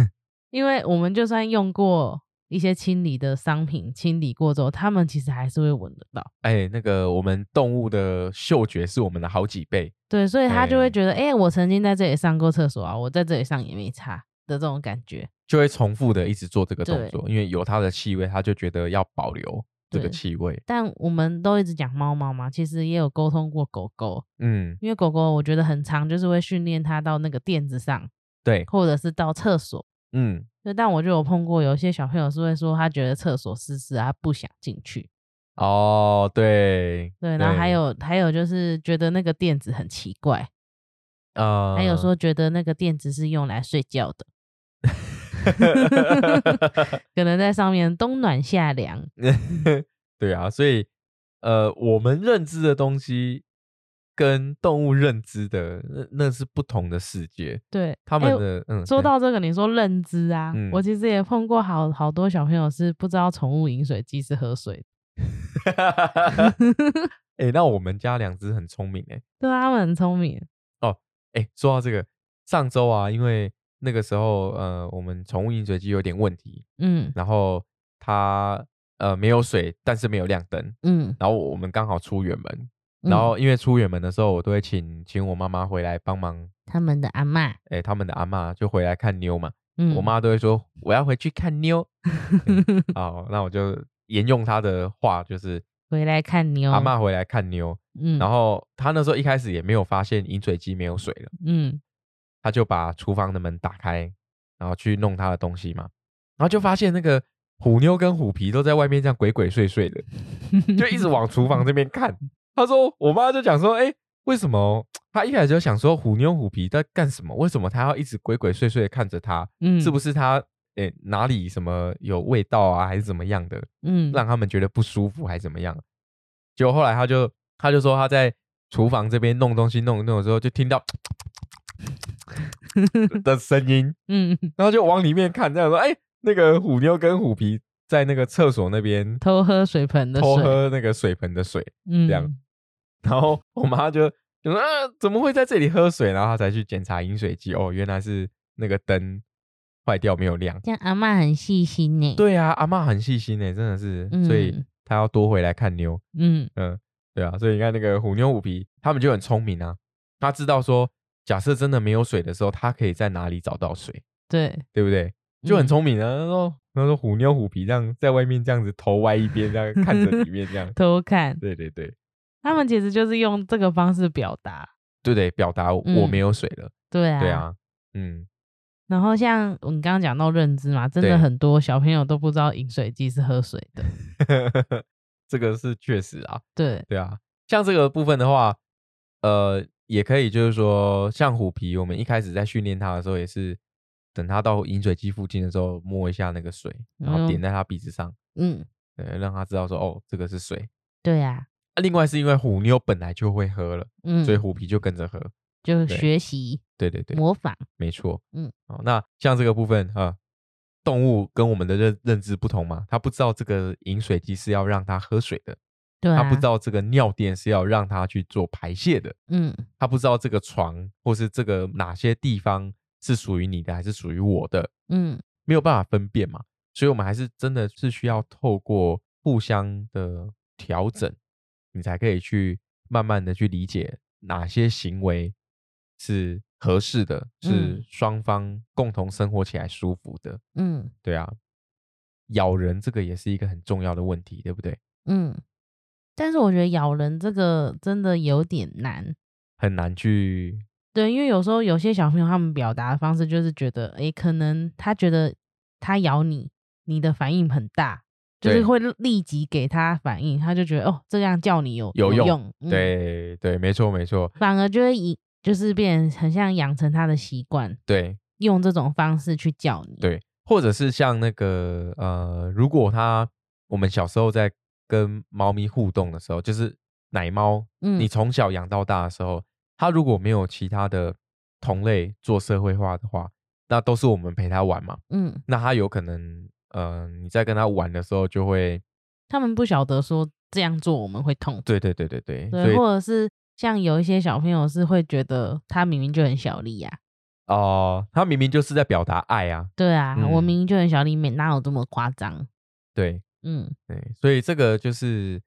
S2: 因为我们就算用过一些清理的商品，清理过之后，他们其实还是会闻得到。
S1: 哎，那个我们动物的嗅觉是我们的好几倍，
S2: 对，所以他就
S1: 哎
S2: 会觉得，哎、我曾经在这里上过厕所啊，我在这里上也没差的这种感觉。
S1: 就会重复的一直做这个动
S2: 对
S1: 作，因为有它的气味，它就觉得要保留这个
S2: 对
S1: 气味。
S2: 但我们都一直讲猫猫嘛，其实也有沟通过狗狗，
S1: 嗯，
S2: 因为狗狗我觉得很长，就是会训练它到那个垫子上，
S1: 对，
S2: 或者是到厕所，
S1: 嗯，
S2: 对，但我就有碰过有一些小朋友是会说他觉得厕所湿湿啊，他不想进去。
S1: 哦，对，
S2: 对，然后还有还有就是觉得那个垫子很奇怪，
S1: 呃，
S2: 还有说觉得那个垫子是用来睡觉的，
S1: 嗯
S2: 可能在上面冬暖夏凉。
S1: 对啊，所以呃，我们认知的东西跟动物认知的那那是不同的世界，
S2: 对，
S1: 他
S2: 哎
S1: 们的、嗯，
S2: 说
S1: 对
S2: 到这个，你说认知啊，
S1: 嗯
S2: 我其实也碰过好好多小朋友是不知道宠物饮水机是喝水的。
S1: 哎、那我们家两只很聪明哎、
S2: 对啊，他们很聪明。
S1: 哎、说到这个，上周啊，因为那个时候呃，我们宠物饮水机有点问题，
S2: 嗯
S1: 然后它呃没有水，但是没有亮灯，
S2: 嗯，
S1: 然后我们刚好出远门，
S2: 嗯
S1: 然后因为出远门的时候，我都会请请我妈妈回来帮忙，
S2: 他们的阿嬷，
S1: 哎、他们的阿嬷就回来看妞嘛，
S2: 嗯，
S1: 我妈都会说我要回去看 妞，嗯好，那我就沿用她的话，就是
S2: 回来看妞，
S1: 阿嬷回来看妞，
S2: 哦嗯，
S1: 然后她那时候一开始也没有发现饮水机没有水了，
S2: 嗯
S1: 她就把厨房的门打开，然后去弄她的东西嘛，然后就发现那个虎妞跟虎皮都在外面这样鬼鬼祟祟的，就一直往厨房这边看。他说，我妈就讲说，哎、为什么她一开始就想说虎妞虎皮在干什么？为什么她要一直鬼鬼祟祟的看着她？
S2: 嗯，
S1: 是不
S2: 是？
S1: 是她哎、诶哪里什么有味道啊，还是怎么样的，
S2: 嗯，
S1: 让他们觉得不舒服还是怎么样？结果后来她就她就说她在厨房这边弄东西弄一弄的时候，就听 到的声音，
S2: 嗯
S1: 然后就往里面看，这样说，哎、那个虎妞跟虎皮在那个厕所那边
S2: 偷喝水盆的水，
S1: 偷喝那个水盆的水。
S2: 嗯，
S1: 这样然后我妈就就说、啊、怎么会在这里喝水？然后她才去检查饮水机，哦，原来是那个灯坏掉没有亮。
S2: 这样阿嬷很细心呢。，
S1: 对啊，阿妈很细心呢、真的是，所以
S2: 嗯
S1: 她要多回来看妞。
S2: 嗯
S1: 对啊，所以你看那个虎妞虎皮，他们就很聪明啊，他知道说，假设真的没有水的时候，他可以在哪里找到水，
S2: 对，
S1: 对不对？就很
S2: 嗯。
S1: 聪明啊。他说，他说虎妞虎皮这样在外面这样子头歪一边，这样看着里面这样
S2: 偷看，
S1: 对对对
S2: 他们其实就是用这个方式表达。
S1: 对对，表达我
S2: 嗯
S1: 没有水了。
S2: 对啊，
S1: 对。啊，嗯，
S2: 然后像我们刚刚讲到认知嘛，真
S1: 对
S2: 的很多小朋友都不知道饮水机是喝水的。
S1: 这个是确实啊，
S2: 对，
S1: 对啊，像这个部分的话，呃，也可以就是说，像虎皮，我们一开始在训练它的时候，也是等它到饮水机附近的时候，摸一下那个水，然后
S2: 嗯
S1: 点在它鼻子上，
S2: 嗯，
S1: 对，让它知道说，哦，这个是水。
S2: 对啊，
S1: 啊另外是因为虎妞本来就会喝了，
S2: 嗯
S1: 所，以虎皮就跟着喝。
S2: 就
S1: 对
S2: 学习
S1: 对对对，
S2: 模仿。
S1: 没错。
S2: 嗯，
S1: 好，那像这个部分啊。动物跟我们的认认知不同嘛，它不知道这个饮水机是要让它喝水的，
S2: 对啊，
S1: 他不知道这个尿垫是要让他去做排泄的，
S2: 嗯
S1: 他不知道这个床或是这个哪些地方是属于你的还是属于我的，
S2: 嗯，
S1: 没有办法分辨嘛。所以，我们还是真的是需要透过互相的调整，你才可以去慢慢的去理解哪些行为是合适的，是
S2: 嗯
S1: 双方共同生活起来舒服的。
S2: 嗯
S1: 对啊，咬人这个也是一个很重要的问题，对不对？
S2: 嗯，但是我觉得咬人这个真的有点难。
S1: 很难去
S2: 对，因为有时候有些小朋友他们表达的方式就是觉得，诶，可能他觉得他咬你，你的反应很大，就是
S1: 对
S2: 会立即给他反应，他就觉得哦，这样叫你有
S1: 有用
S2: 用嗯
S1: 对对，没错没错，
S2: 反而就会以就是变成很像养成他的习惯，
S1: 对
S2: 用这种方式去叫你。
S1: 对，或者是像那个呃，如果它我们小时候在跟猫咪互动的时候，就是奶猫，
S2: 嗯
S1: 你从小养到大的时候，它如果没有其他的同类做社会化的话，那都是我们陪它玩嘛，
S2: 嗯，
S1: 那它有可能呃，你在跟它玩的时候就会，
S2: 他们不晓得说这样做我们会痛，
S1: 对对对对对，所
S2: 对，
S1: 以
S2: 或者是像有一些小朋友是会觉得他明明就很小力呀、
S1: 哦，它、明明就是在表达爱啊，
S2: 对啊，我
S1: 嗯
S2: 明明就很小力，没哪有这么夸张？
S1: 对，
S2: 嗯
S1: 对，所以这个就是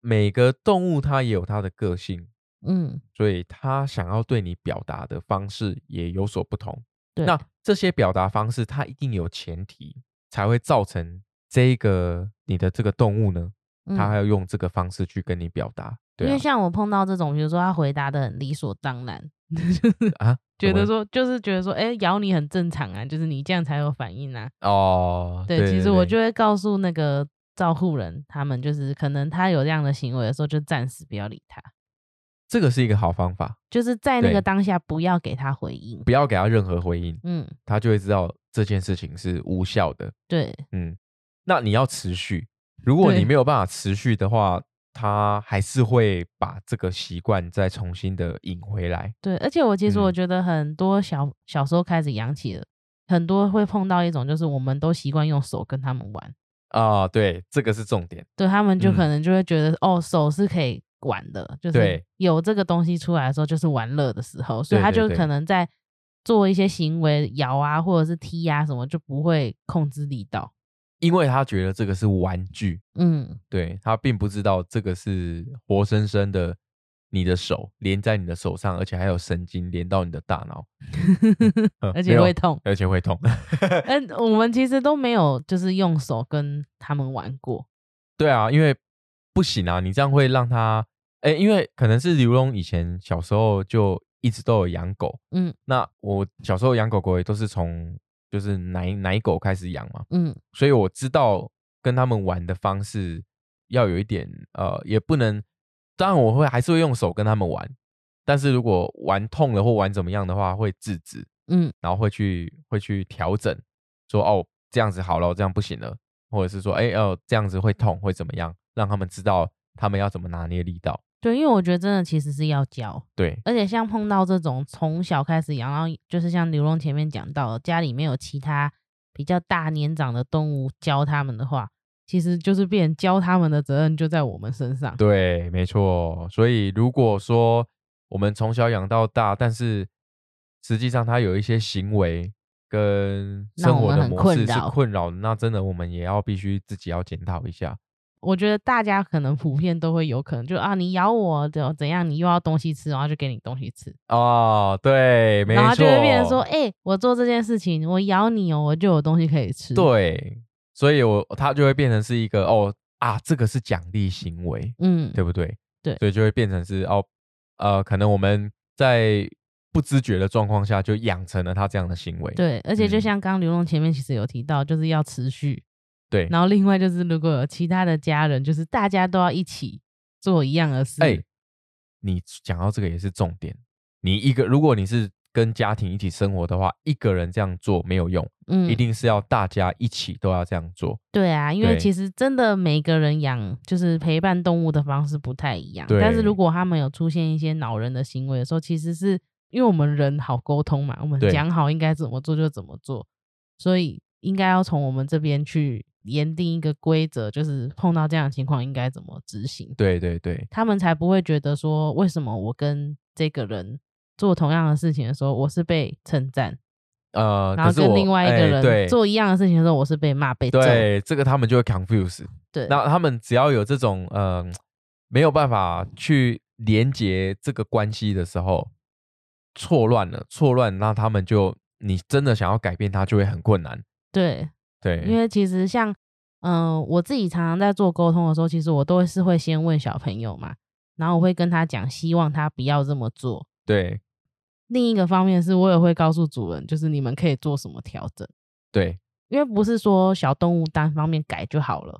S1: 每个动物它也有它的个性，
S2: 嗯，
S1: 所以它想要对你表达的方式也有所不同。
S2: 对，
S1: 那这些表达方式，它一定有前提，才会造成这一个你的这个动物呢，它还
S2: 嗯、
S1: 要用这个方式去跟你表达。对
S2: 因
S1: 啊
S2: 为，像我碰到这种，比如说他回答的很理所当然，
S1: 啊，
S2: 觉
S1: 怎么
S2: 得说就是觉得说，哎、咬你很正常啊，就是你这样才有反应啊。
S1: 哦，
S2: 对，其实我就会告诉那个照护人，他们就是可能他有这样的行为的时候，就暂时不要理他，
S1: 这个是一个好方法，
S2: 就是在那
S1: 对
S2: 个当下不要给他回应。
S1: 不要给它任何回应，
S2: 嗯，
S1: 它就会知道这件事情是无效的。
S2: 对，
S1: 嗯，那你要持续，如果你
S2: 对
S1: 没有办法持续的话，它还是会把这个习惯再重新的引回来。
S2: 对，而且我其实我
S1: 嗯
S2: 觉得很多小、小时候开始养起了，很多会碰到一种就是我们都习惯用手跟他们玩，
S1: 啊、对，这个是重点。
S2: 对他们就可
S1: 嗯
S2: 能就会觉得、哦，手是可以玩的，就是
S1: 对
S2: 有这个东西出来的时候就是玩乐的时候，所以
S1: 对
S2: 他
S1: 对
S2: 就
S1: 对
S2: 可能在做一些行为摇啊或者是踢啊什么，就不会控制力道。
S1: 因为他觉得这个是玩具，
S2: 嗯，
S1: 对他并不知道这个是活生生的，你的手连在你的手上，而且还有神经连到你的大 脑，嗯
S2: 而
S1: 没
S2: 且
S1: 有
S2: 会痛。
S1: 而且会痛。
S2: 嗯，我们其实都没有就是用手跟他们玩过。
S1: 对啊，因为不行啊，你这样会让他，哎、因为可能是刘龙以前小时候就一直都有养狗，
S2: 嗯，
S1: 那我小时候养狗狗也都是从就是奶奶狗开始养嘛，
S2: 嗯
S1: 所以我知道跟他们玩的方式要有一点呃，也不能，当然我会还是会用手跟他们玩，但是如果玩痛了或玩怎么样的话，会制止，
S2: 嗯，
S1: 然后会去会去调整，说哦这样子好了，这样不行了，或者是说哎哦、这样子会痛会怎么样，让他们知道他们要怎么拿捏力道，
S2: 对，因为我觉得真的其实是要教，
S1: 对
S2: 而且像碰到这种从小开始养，然后就是像刘龙前面讲到的，家里面有其他比较大年长的动物教他们的话，其实就是变成教他们的责任就在我们身上。
S1: 对，没错，所以如果说我们从小养到大，但是实际上他有一些行为。跟
S2: 让
S1: 生
S2: 我
S1: 活
S2: 们
S1: 的
S2: 很
S1: 模
S2: 困
S1: 式是
S2: 扰
S1: 困扰的，那真的我们也要必须自己要检讨一下。
S2: 我觉得大家可能普遍都会有可能就啊，你咬我的怎样，你又要东西吃，然后就给你东西吃，
S1: 哦，对，没错，
S2: 然后就会变成说，哎、我做这件事情，我咬你哦，我就有东西可以吃。，
S1: 对，所以我它就会变成是一个哦啊，这个是奖励行为，
S2: 嗯，
S1: 对不对？
S2: 对
S1: 所以就会变成是哦，呃，可能我们在不知觉的状况下就养成了他这样的行为，
S2: 对，而且就
S1: 嗯
S2: 像刚刚刘龙前面其实有提到，就是要持续，
S1: 对
S2: 然后另外就是如果有其他的家人，就是大家都要一起做一样的事。
S1: 哎、你讲到这个也是重点，你一个如果你是跟家庭一起生活的话，一个人这样做没有用，
S2: 嗯，
S1: 一定是要大家一起都要这样做，
S2: 对啊，因为
S1: 对
S2: 其实真的每个人养就是陪伴动物的方式不太一样，但是
S1: 对
S2: 如果他们有出现一些恼人的行为的时候，其实是因为我们人好沟通嘛，我们
S1: 对
S2: 讲好应该怎么做就怎么做，所以应该要从我们这边去严定一个规则，就是碰到这样的情况应该怎么执行。
S1: 对对对，
S2: 他们才不会觉得说，为什么我跟这个人做同样的事情的时候，我是被称赞，
S1: 呃，
S2: 然后
S1: 可是
S2: 跟
S1: 我
S2: 另外一
S1: 哎
S2: 个人
S1: 对
S2: 做一样的事情的时候，我是被骂被揍。
S1: 对这个他们就会 confuse。
S2: 对
S1: 那他们只要有这种呃没有办法去连接这个关系的时候，错乱了，错乱，那他们就你真的想要改变他，就会很困难。
S2: 对
S1: 对，
S2: 因为其实像，嗯、我自己常常在做沟通的时候，其实我都会是会先问小朋友嘛，然后我会跟他讲，希望他不要这么做。
S1: 对
S2: 另一个方面是我也会告诉主人，就是你们可以做什么调整，
S1: 对，
S2: 因为不是说小动物单方面改就好了。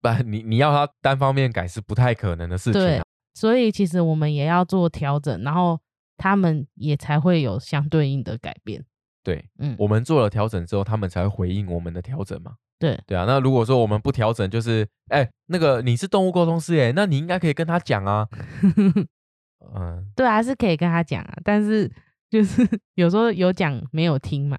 S1: 不然你你要他单方面改是不太可能的事情
S2: 对
S1: 啊、
S2: 所以其实我们也要做调整，然后他们也才会有相对应的改变。
S1: 对，
S2: 嗯，
S1: 我们做了调整之后，他们才会回应我们的调整嘛。
S2: 对
S1: 对啊，那如果说我们不调整，就是哎、那个你是动物沟通师哎，那你应该可以跟他讲 啊。嗯
S2: 对啊，是可以跟他讲啊，但是就是 有时候有讲没有听嘛，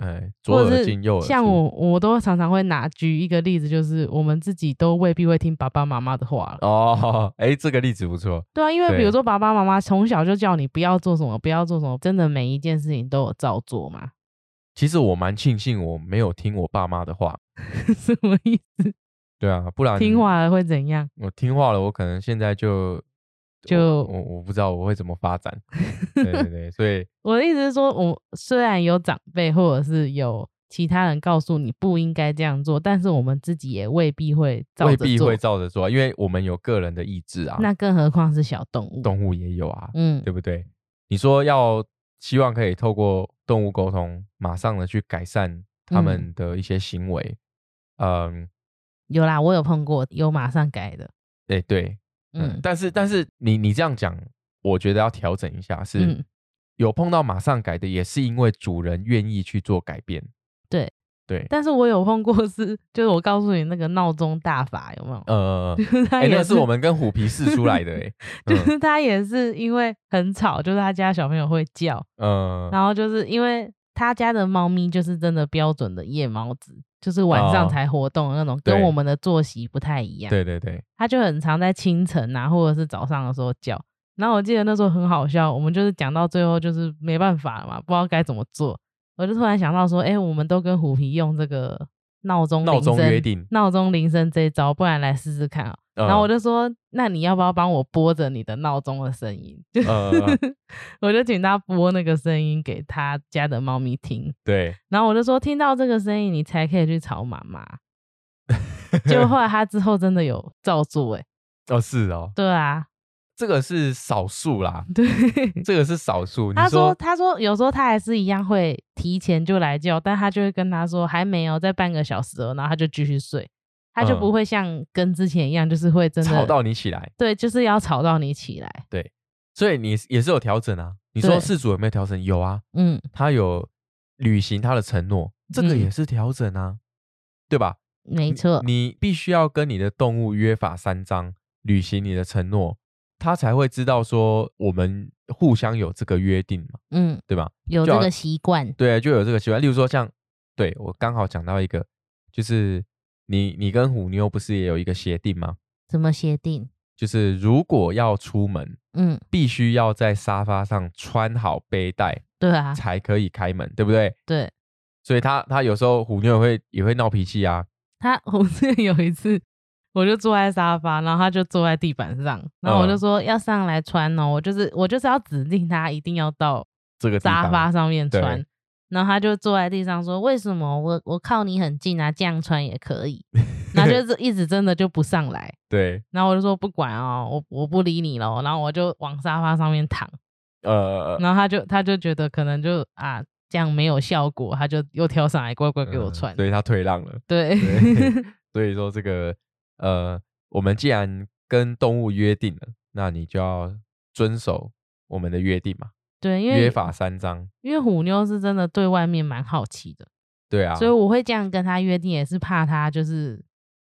S1: 哎，左
S2: 或者
S1: 耳
S2: 是
S1: 进右耳出。
S2: 像我，我都常常会拿举一个例子，就是我们自己都未必会听爸爸妈妈的话了。
S1: 哦，哎，这个例子不错。
S2: 对啊，因为比
S1: 对
S2: 如说爸爸妈妈从小就叫你不要做什么，不要做什么，真的每一件事情都有照做嘛？
S1: 其实我蛮庆幸我没有听我爸妈的话。
S2: 什么意思？
S1: 对啊，不然
S2: 听，话了会怎样？
S1: 我听话了，我可能现在就
S2: 就
S1: 我我我不知道我会怎么发 展。对对对，所以
S2: 我的意思是说，我虽然有长辈或者是有其他人告诉你不应该这样做，但是我们自己也未必会照
S1: 未
S2: 着
S1: 必
S2: 做
S1: 会照着做啊，因为我们有个人的意志啊，
S2: 那更何况是小动物。
S1: 动物也有啊，
S2: 嗯，
S1: 对不对？你说要希望可以透过动物沟通，马上的去改善他
S2: 嗯
S1: 们的一些行为。嗯，
S2: 有啦，我有碰过，有马上改的。
S1: 哎、对，嗯
S2: 嗯，
S1: 但是但是你你这样讲，我觉得要调整一下，是、
S2: 嗯
S1: 有碰到马上改的，也是因为主人愿意去做改变。
S2: 对
S1: 对，
S2: 但是我有碰过是，就是我告诉你那个闹钟大法有没有？
S1: 呃，
S2: 就是 他
S1: 哎、
S2: 也
S1: 那是我们跟虎皮试出来 的、欸，
S2: 就
S1: 哎，
S2: 是他也是因为很吵，就是他家小朋友会叫，
S1: 嗯，呃
S2: 然后就是因为他家的猫咪就是真的标准的夜猫子，就是晚
S1: 哦
S2: 上才活动的那种，跟
S1: 对
S2: 我们的作息不太一样。
S1: 对对对，
S2: 他就很常在清晨啊，或者是早上的时候叫。然后我记得那时候很好笑，我们就是讲到最后就是没办法了嘛，不知道该怎么做。我就突然想到说，哎、我们都跟虎皮用这个闹钟
S1: 闹
S2: 铃
S1: 钟
S2: 声
S1: 约定
S2: 闹钟铃声这一招，不然来试试看啊、
S1: 嗯
S2: 然后我就说，那你要不要帮我播着你的闹钟的声音？就、
S1: 呃呃 呃
S2: 我就请他播那个声音给他家的猫咪听。
S1: 对，
S2: 然后我就说，听到这个声音，你才可以去吵妈妈。结果后来他之后真的有照做、欸，
S1: 哦是哦，
S2: 对啊，
S1: 这个是少数啦，
S2: 对。
S1: 这个是少数。你
S2: 他说，他说有时候他还是一样会提前就来叫，但他就会跟他说还没有，再半个小时哦，然后他就继续睡，他就
S1: 嗯
S2: 不会像跟之前一样，就是会真的
S1: 吵到你起来，
S2: 对，就是要吵到你起来，
S1: 所以你也是有调整啊。你说
S2: 对
S1: 事主有没有调整？有啊，
S2: 嗯，
S1: 他有履行他的承诺，这个
S2: 嗯
S1: 也是调整啊，对吧？
S2: 没
S1: 你
S2: 错，
S1: 你必须要跟你的动物约法三章，履行你的承诺，它才会知道说我们互相有这个约定嘛，
S2: 嗯，
S1: 对吧？
S2: 有
S1: 就
S2: 这
S1: 好
S2: 个习惯，
S1: 对，就有这个习惯。例如说像，对我刚好讲到一个，就是你你跟虎妞不是也有一个协定吗？
S2: 怎么协定？
S1: 就是如果要出门，
S2: 嗯，
S1: 必须要在沙发上穿好背带
S2: 对啊，
S1: 才可以开门，对不对？
S2: 对
S1: 所以他他有时候虎妞也会也会闹脾气啊，
S2: 他， 我记得有一次。我就坐在沙发，然后他就坐在地板上，然后我就
S1: 嗯
S2: 说要上来穿哦，我就是我就是要指定他一定要到
S1: 这个地
S2: 沙
S1: 方
S2: 发上面
S1: 对
S2: 穿，然后他就坐在地上说：“为什么我我靠你很近啊，这样穿也可 以？”然后就是一直真的就不上来，
S1: 对，
S2: 然后我就说不管哦，我我不理你了，然后我就往沙发上面躺，
S1: 呃，
S2: 然后他就他就觉得可能就啊这样没有效果，他就又跳上来乖乖给我
S1: 嗯
S2: 穿，
S1: 所以他退让了。
S2: 对
S1: 对，所以说这个呃，我们既然跟动物约定了，那你就要遵守我们的约定嘛，
S2: 对，因
S1: 约
S2: 为
S1: 法三章。
S2: 因为虎妞是真的对外面蛮好奇的，
S1: 对啊，
S2: 所以我会这样跟他约定，也是怕他就是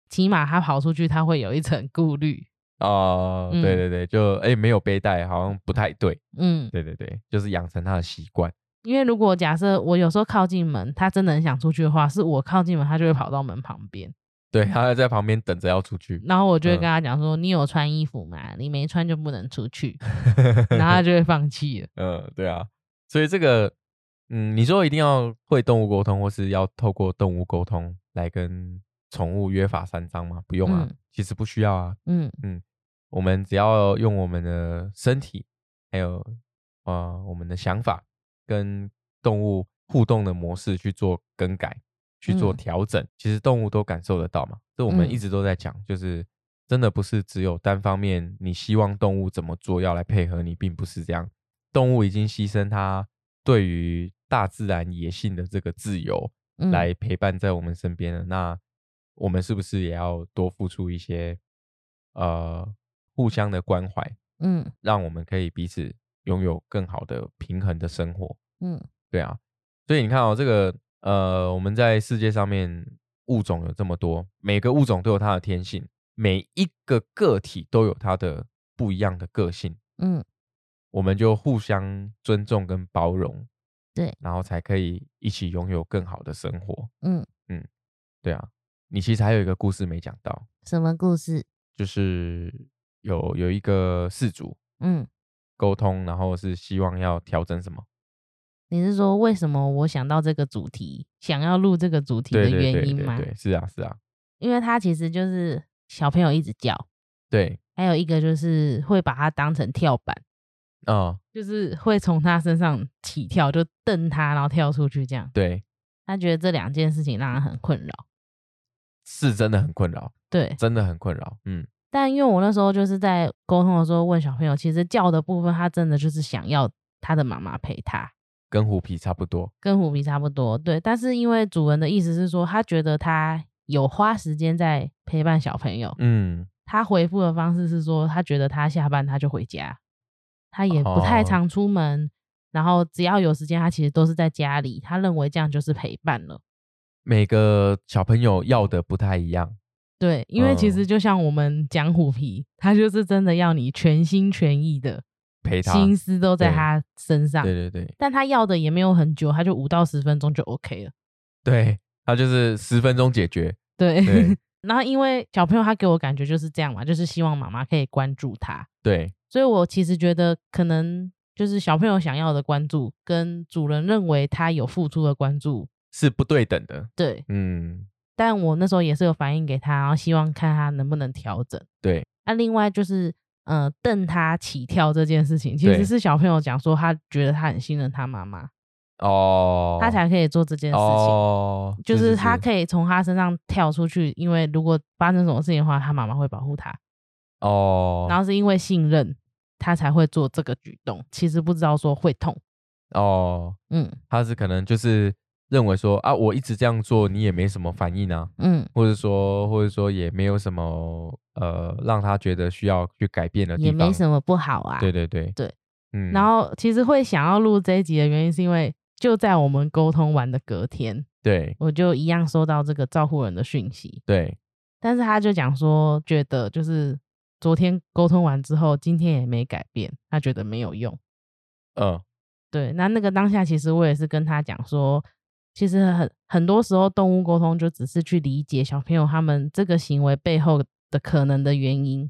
S2: 起码他跑出去他会有一层顾虑，
S1: 哦、对
S2: 嗯
S1: 对对，就哎、没有背带好像不太对，
S2: 嗯。
S1: 对对对，就是养成他的习惯。
S2: 因为如果假设我有时候靠近门，它真的很想出去的话，是我靠近门，它就会跑到门旁边，
S1: 对，他要在旁边等着要出去，
S2: 然后我就会
S1: 嗯
S2: 跟他讲说：“你有穿衣服吗？你没穿就不能出去。” 然后他就会放弃了。
S1: 嗯，对啊，所以这个，嗯，你说一定要会动物沟通，或是要透过动物沟通来跟宠物约法三章吗？不用啊，
S2: 嗯
S1: 其实不需要啊，
S2: 嗯，
S1: 我们只要用我们的身体，还有呃我们的想法跟动物互动的模式去做更改，去做
S2: 嗯
S1: 调整，其实动物都感受得到嘛。这我们
S2: 嗯
S1: 一直都在讲，就是真的不是只有单方面你希望动物怎么做要来配合你，并不是这样。动物已经牺牲它对于大自然野性的这个自由，
S2: 嗯
S1: 来陪伴在我们身边的，那我们是不是也要多付出一些呃互相的关怀，
S2: 嗯
S1: 让我们可以彼此拥有更好的平衡的生活？
S2: 嗯
S1: 对啊，所以你看哦，这个呃，我们在世界上面物种有这么多，每个物种都有它的天性，每一个个体都有它的不一样的个性，
S2: 嗯，
S1: 我们就互相尊重跟包容，
S2: 对，
S1: 然后才可以一起拥有更好的生活。
S2: 嗯
S1: 嗯，对啊，你其实还有一个故事没讲到，
S2: 什么故事？
S1: 就是有有一个事主
S2: 嗯，
S1: 沟通，然后是希望要调整什么？
S2: 你是说为什么我想到这个主题，想要录这个主题的
S1: 对对对
S2: 原因
S1: 对
S2: 吗？
S1: 对，是啊是啊，
S2: 因为他其实就是小朋友一直叫，
S1: 对，
S2: 还有一个就是会把它当成跳板。
S1: 嗯，
S2: 就是会从他身上起跳，就蹬他，然后跳出去这样。
S1: 对，
S2: 他觉得这两件事情让他很困扰。
S1: 是真的很困扰，
S2: 对，
S1: 真的很困扰，嗯，
S2: 但因为我那时候就是在沟通的时候问小朋友，其实叫的部分他真的就是想要他的妈妈陪他，
S1: 跟虎皮差不多，
S2: 跟虎皮差不多。对，但是因为主人的意思是说，他觉得他有花时间在陪伴小朋友。
S1: 嗯，
S2: 他回复的方式是说，他觉得他下班他就回家，他也不
S1: 哦
S2: 太常出门，然后只要有时间，他其实都是在家里。他认为这样就是陪伴了。
S1: 每个小朋友要的不太一样，
S2: 对，因为其
S1: 嗯
S2: 实就像我们讲虎皮，他就是真的要你全心全意的
S1: 陪他，
S2: 心思啊都在
S1: 对
S2: 他身上
S1: 对，对对
S2: 但他要的也没有很久，他就五到十分钟就 OK 了。
S1: 对，它就是十分钟解决。
S2: 对。
S1: 对
S2: 然后因为小朋友他给我感觉就是这样嘛，就是希望妈妈可以关注他，
S1: 对，
S2: 所以我其实觉得可能就是小朋友想要的关注跟主人认为他有付出的关注，
S1: 是不对等的。
S2: 对。
S1: 嗯，
S2: 但我那时候也是有反映给他，然后希望看他能不能调整。
S1: 对。
S2: 那、另外就是，呃，瞪他起跳这件事情，其
S1: 对
S2: 实是小朋友讲说他觉得他很信任他妈妈，
S1: 哦，
S2: 他才可以做这件事情。
S1: 哦，
S2: 就是是他可以从他身上跳出去，因为如果发生什么事情的话，他妈妈会保护他。
S1: 哦，
S2: 然后是因为信任，他才会做这个举动。其实不知道说会痛，
S1: 哦，
S2: 嗯
S1: 他是可能就是认为说啊，我一直这样做，你也没什么反应啊，
S2: 嗯，
S1: 或者说或者说也没有什么呃让他觉得需要去改变的地
S2: 也
S1: 方，
S2: 没什么不好啊。
S1: 对对对
S2: 对，
S1: 嗯，
S2: 然后其实会想要录这一集的原因，是因为就在我们沟通完的隔天，
S1: 对
S2: 我就一样收到这个照护人的讯息，
S1: 对
S2: 但是他就讲说，觉得就是昨天沟通完之后，今天也没改变，他觉得没有用。
S1: 嗯、
S2: 对，那那个当下，其实我也是跟他讲说，其实很很多时候动物沟通就只是去理解小朋友他们这个行为背后的可能的原因。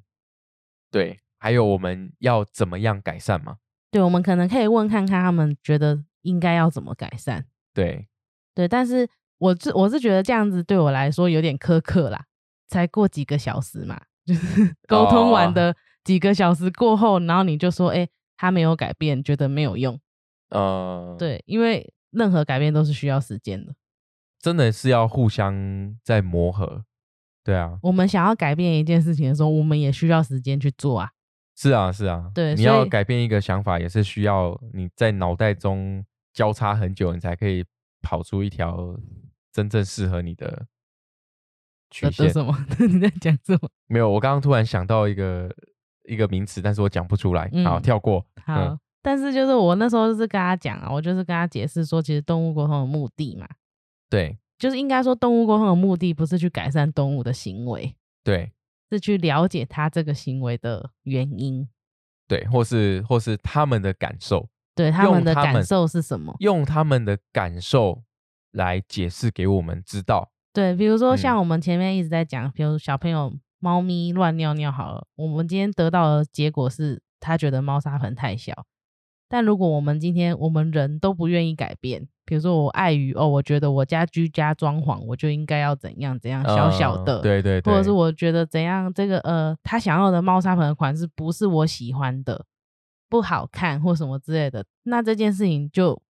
S1: 对，还有我们要怎么样改善嘛？
S2: 对，我们可能可以问看看他们觉得应该要怎么改善。
S1: 对
S2: 对，但是我是我是觉得这样子对我来说有点苛刻啦，才过几个小时嘛，就是 沟通
S1: 哦
S2: 完的几个小时过后，然后你就说，哎、他没有改变，觉得没有用。
S1: 呃，
S2: 对，因为任何改变都是需要时间的。
S1: 真的是要互相在磨合，对啊，
S2: 我们想要改变一件事情的时候，我们也需要时间去做啊。
S1: 是啊，是啊，
S2: 对
S1: 你
S2: 所
S1: 要
S2: 以
S1: 改变一个想法，也是需要你在脑袋中交叉很久，你才可以跑出一条真正适合你的曲
S2: 的的
S1: 线。
S2: 什么？ 你在讲什么？
S1: 没有，我刚刚突然想到一个一个名词，但是我讲不出来，好
S2: 嗯
S1: 跳过。
S2: 好，
S1: 嗯
S2: 但是就是我那时候就是跟他讲啊，我就是跟他解释说，其实动物沟通的目的嘛，
S1: 对
S2: 就是应该说动物沟通的目的不是去改善动物的行为，
S1: 对
S2: 是去了解它这个行为的原因，
S1: 对，或是或是他们的感受，
S2: 对他
S1: 用
S2: 们的
S1: 它们
S2: 感受是什么。
S1: 用他们的感受来解释给我们知道。
S2: 对，比如说
S1: 嗯
S2: 像我们前面一直在讲，比如小朋友猫咪乱尿尿好了，我们今天得到的结果是他觉得猫砂盆太小。但如果我们今天我们人都不愿意改变，比如说我碍于哦，我觉得我家居家装潢我就应该要怎样怎样啊小小
S1: 呃
S2: 的，
S1: 对对对，
S2: 或者是我觉得怎样这个呃他想要的猫砂盆的款式不是我喜欢的，不好看或什么之类的，那这件事情就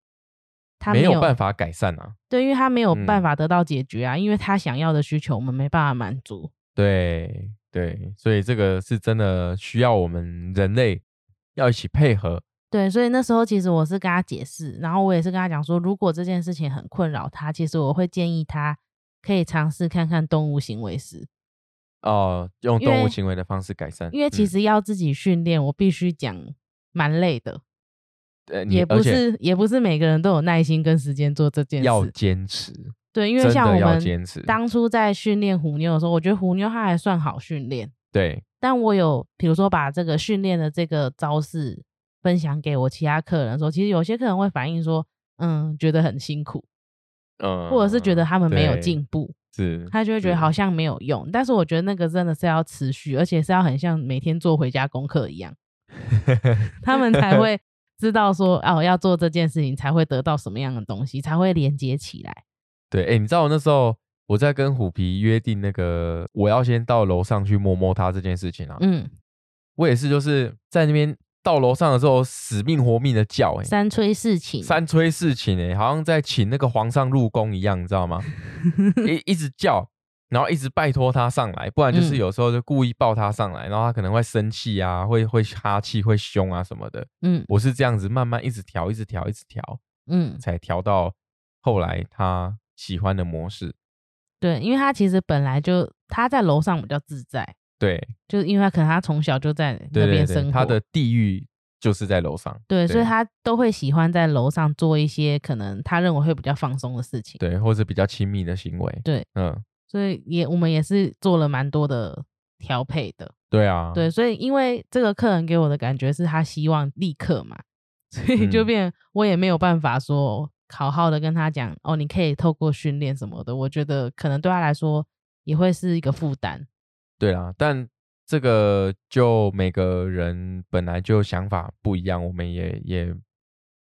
S2: 他
S1: 没
S2: 有
S1: 有办法改善啊。
S2: 对，因为他没有
S1: 嗯
S2: 办法得到解决啊，因为他想要的需求我们没办法满足。
S1: 对对，所以这个是真的需要我们人类要一起配合。
S2: 对，所以那时候其实我是跟他解释，然后我也是跟他讲说，如果这件事情很困扰他，其实我会建议他可以尝试看看动物行为师，
S1: 哦，用
S2: 因
S1: 动物
S2: 为
S1: 行为的方式改善，
S2: 因为其
S1: 嗯
S2: 实要自己训练，我必须讲蛮累的，
S1: 呃你
S2: 也
S1: 而
S2: 不
S1: 且
S2: 是也不是每个人都有耐心跟时间做这件
S1: 要
S2: 事。
S1: 坚持，
S2: 对，因为
S1: 真
S2: 像
S1: 的
S2: 我
S1: 要
S2: 们
S1: 坚持。
S2: 当初在训练虎妞的时候，我觉得虎妞它还算好训练。
S1: 对
S2: 但我有，比如说把这个训练的这个招式分享给我其他客人的时候，其实有些客人会反映说，嗯，觉得很辛苦，
S1: 嗯，
S2: 或者是觉得他们没有
S1: 对
S2: 进步，
S1: 是
S2: 他就会觉得
S1: 是
S2: 好像没有用。但是我觉得那个真的是要持续，而且是要很像每天做回家功课一样，他们 才会知道说，哦，要做这件事情才会得到什么样的东西，才会连接起来。
S1: 对，哎、你知道我那时候我在跟虎皮约定那个我要先到楼上去摸摸它这件事情啊，
S2: 嗯，
S1: 我也是就是在那边到楼上的时候死命活命的叫、欸，
S2: 三催四请，
S1: 三催四请哎、好像在请那个皇上入宫一样，你知道 吗？一一直叫，然后一直拜托他上来，不然就是
S2: 嗯
S1: 有时候就故意抱他上来，然后他可能会生气啊，会会哈气，会凶啊什么的。
S2: 嗯
S1: 我是这样子慢慢一直调，一直调，一直调，
S2: 嗯，
S1: 才调到后来他喜欢的模式。
S2: 对，因为他其实本来就他在楼上比较自在。
S1: 对
S2: 就是因为他可能他从小就在那
S1: 对对
S2: 边
S1: 对，
S2: 生
S1: 他
S2: 活，
S1: 的地域就是在楼上，
S2: 对，所以
S1: 对
S2: 他都会喜欢在楼上做一些可能他认为会比较放松的事情。
S1: 对，或者比较亲密的行为。
S2: 对，
S1: 嗯，
S2: 所以也我们也是做了蛮多的调配的。
S1: 对啊，
S2: 对，所以因为这个客人 给我的感觉是他希望立刻嘛，所以就
S1: 嗯
S2: 变我也没有办法说好好的跟他讲哦，你可以透过训练什么的，我觉得可能对他来说也会是一个负担。
S1: 对啦，但这个就每个人本来就想法不一样，我们也也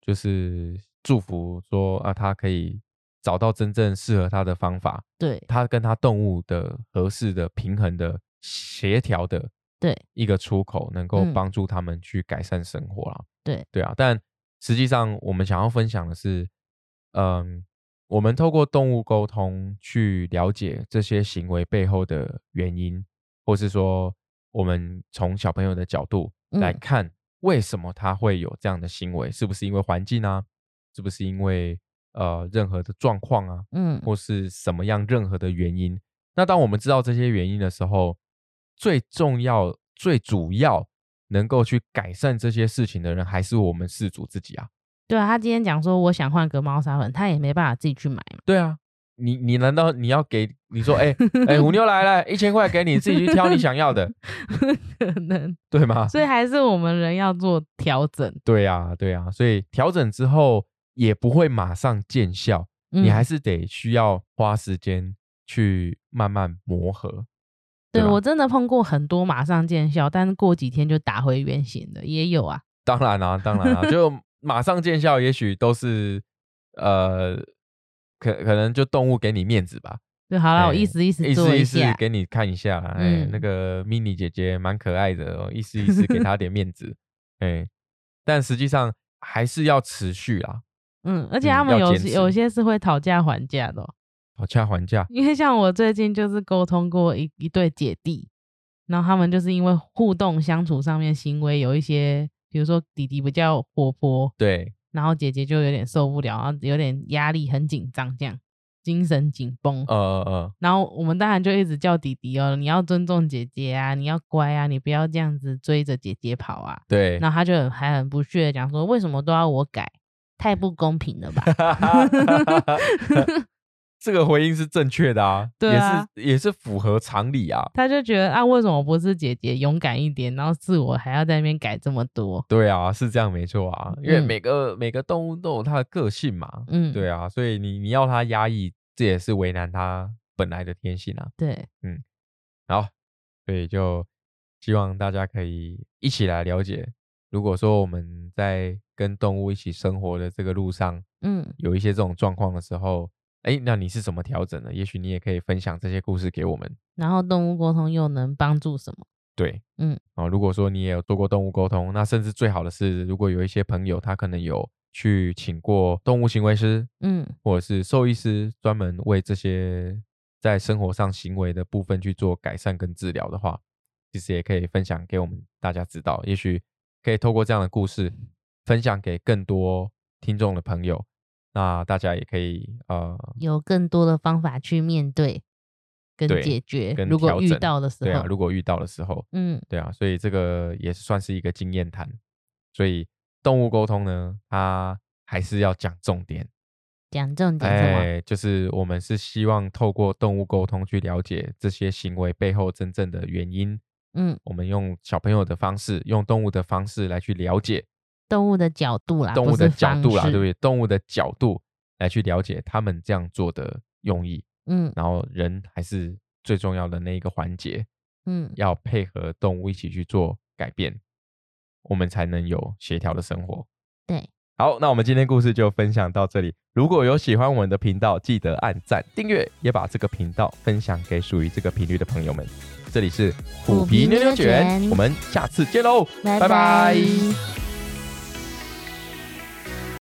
S1: 就是祝福说啊，他可以找到真正适合他的方法，
S2: 对
S1: 他跟他动物的合适的、平衡的、协调的
S2: 对
S1: 一个出口，能够
S2: 嗯
S1: 帮助他们去改善生活啦。
S2: 对
S1: 对啊，但实际上我们想要分享的是，嗯，我们透过动物沟通去了解这些行为背后的原因，或是说我们从小朋友的角度来
S2: 嗯
S1: 看，为什么他会有这样的行为，是不是因为环境啊？是不是因为呃任何的状况啊？
S2: 嗯
S1: 或是什么样任何的原因。那当我们知道这些原因的时候，最重要、最主要能够去改善这些事情的人，还是我们事主自己啊。
S2: 对啊，他今天讲说我想换个猫砂盆，他也没办法自己去买嘛。
S1: 对啊，你你难道你要给你说，哎、哎、虎妞来了，一千块给你，自己去挑你想要的，
S2: 可能，
S1: 对吗？
S2: 所以还是我们人要做调整。
S1: 对啊，对啊，所以调整之后也不会马上见效，你
S2: 嗯
S1: 还是得需要花时间去慢慢磨合。
S2: 对
S1: 吧
S2: 我真的碰过很多马上见效，但是过几天就打回原形的也有啊。
S1: 当然啦、当然啦、啊就马上见效，也许都是呃，可可能就动物给你面子吧，
S2: 对，好了，我
S1: 哎
S2: 意思意思
S1: 意
S2: 做
S1: 思意思
S2: 下，
S1: 给你看一下啦，哎、
S2: 嗯
S1: 那个 mini 姐姐蛮可爱的、哦，意思意思给 她点面子，哎，但实际上还是要持续啦，
S2: 嗯，而且
S1: 嗯
S2: 他们
S1: 要
S2: 有
S1: 坚
S2: 时
S1: 持
S2: 有些是会讨价还价的哦、
S1: 讨价还价，
S2: 因为像我最近就是沟通过一一对姐弟，然后他们就是因为互动相处上面行为有一些，比如说弟弟比较活泼，
S1: 对，
S2: 然后姐姐就有点受不了，然后有点压力，很紧张，这样精神紧绷。
S1: 呃呃呃，
S2: 然后我们当然就一直叫弟弟哦，你要尊重姐姐啊，你要乖啊，你不要这样子追着姐姐跑啊。
S1: 对，
S2: 然后他就很还很不屑的讲说，为什么都要我改？太不公平了吧？
S1: 这个回应是正确的啊，
S2: 对啊
S1: 也是也是符合常理啊，
S2: 他就觉得啊，为什么不是姐姐勇敢一点，然后自我还要在那边改这么多？
S1: 对啊，是这样没错啊，因为
S2: 嗯
S1: 每个、每个动物都有它的个性嘛，
S2: 嗯，
S1: 对啊，所以你你要它压抑，这也是为难它本来的天性啊。
S2: 对
S1: 好，所以就希望大家可以一起来了解，如果说我们在跟动物一起生活的这个路上
S2: 嗯，
S1: 有一些这种状况的时候，哎，那你是怎么调整的？也许你也可以分享这些故事给我们。
S2: 然后动物沟通又能帮助什么？
S1: 对，
S2: 嗯，
S1: 哦，如果说你也有做过动物沟通，那甚至最好的是，如果有一些朋友他可能有去请过动物行为师，
S2: 嗯，
S1: 或者是兽医师，专门为这些在生活上行为的部分去做改善跟治疗的话，其实也可以分享给我们大家知道，也许可以透过这样的故事分享给更多听众的朋友，那大家也可以呃，
S2: 有更多的方法去面对跟
S1: 对
S2: 解决。
S1: 跟
S2: 如果
S1: 调
S2: 遇
S1: 整
S2: 到的时
S1: 对
S2: 候，
S1: 啊，如果遇到的时候，
S2: 嗯
S1: 对啊，所以这个也是算是一个经验谈。所以动物沟通呢，它还是要讲重点。
S2: 讲重点什么？
S1: 哎，就是我们是希望透过动物沟通去了解这些行为背后真正的原因。
S2: 嗯，
S1: 我们用小朋友的方式，用动物的方式来去了解
S2: 动物的角度啦，
S1: 动
S2: 啊不
S1: 物的
S2: 是
S1: 角
S2: 方
S1: 度啦，
S2: 式
S1: 对不对？动物的角度来去了解他们这样做的用意，
S2: 嗯
S1: 然后人还是最重要的那一个环节，
S2: 嗯，
S1: 要配合动物一起去做改变，我们才能有协调的生活。
S2: 对，
S1: 好，那我们今天故事就分享到这里。如果有喜欢我们的频道，记得按赞、订阅，也把这个频道分享给属于这个频率的朋友们。这里是
S2: 虎皮妞妞卷
S1: 我们下次见喽，拜
S2: 拜
S1: 拜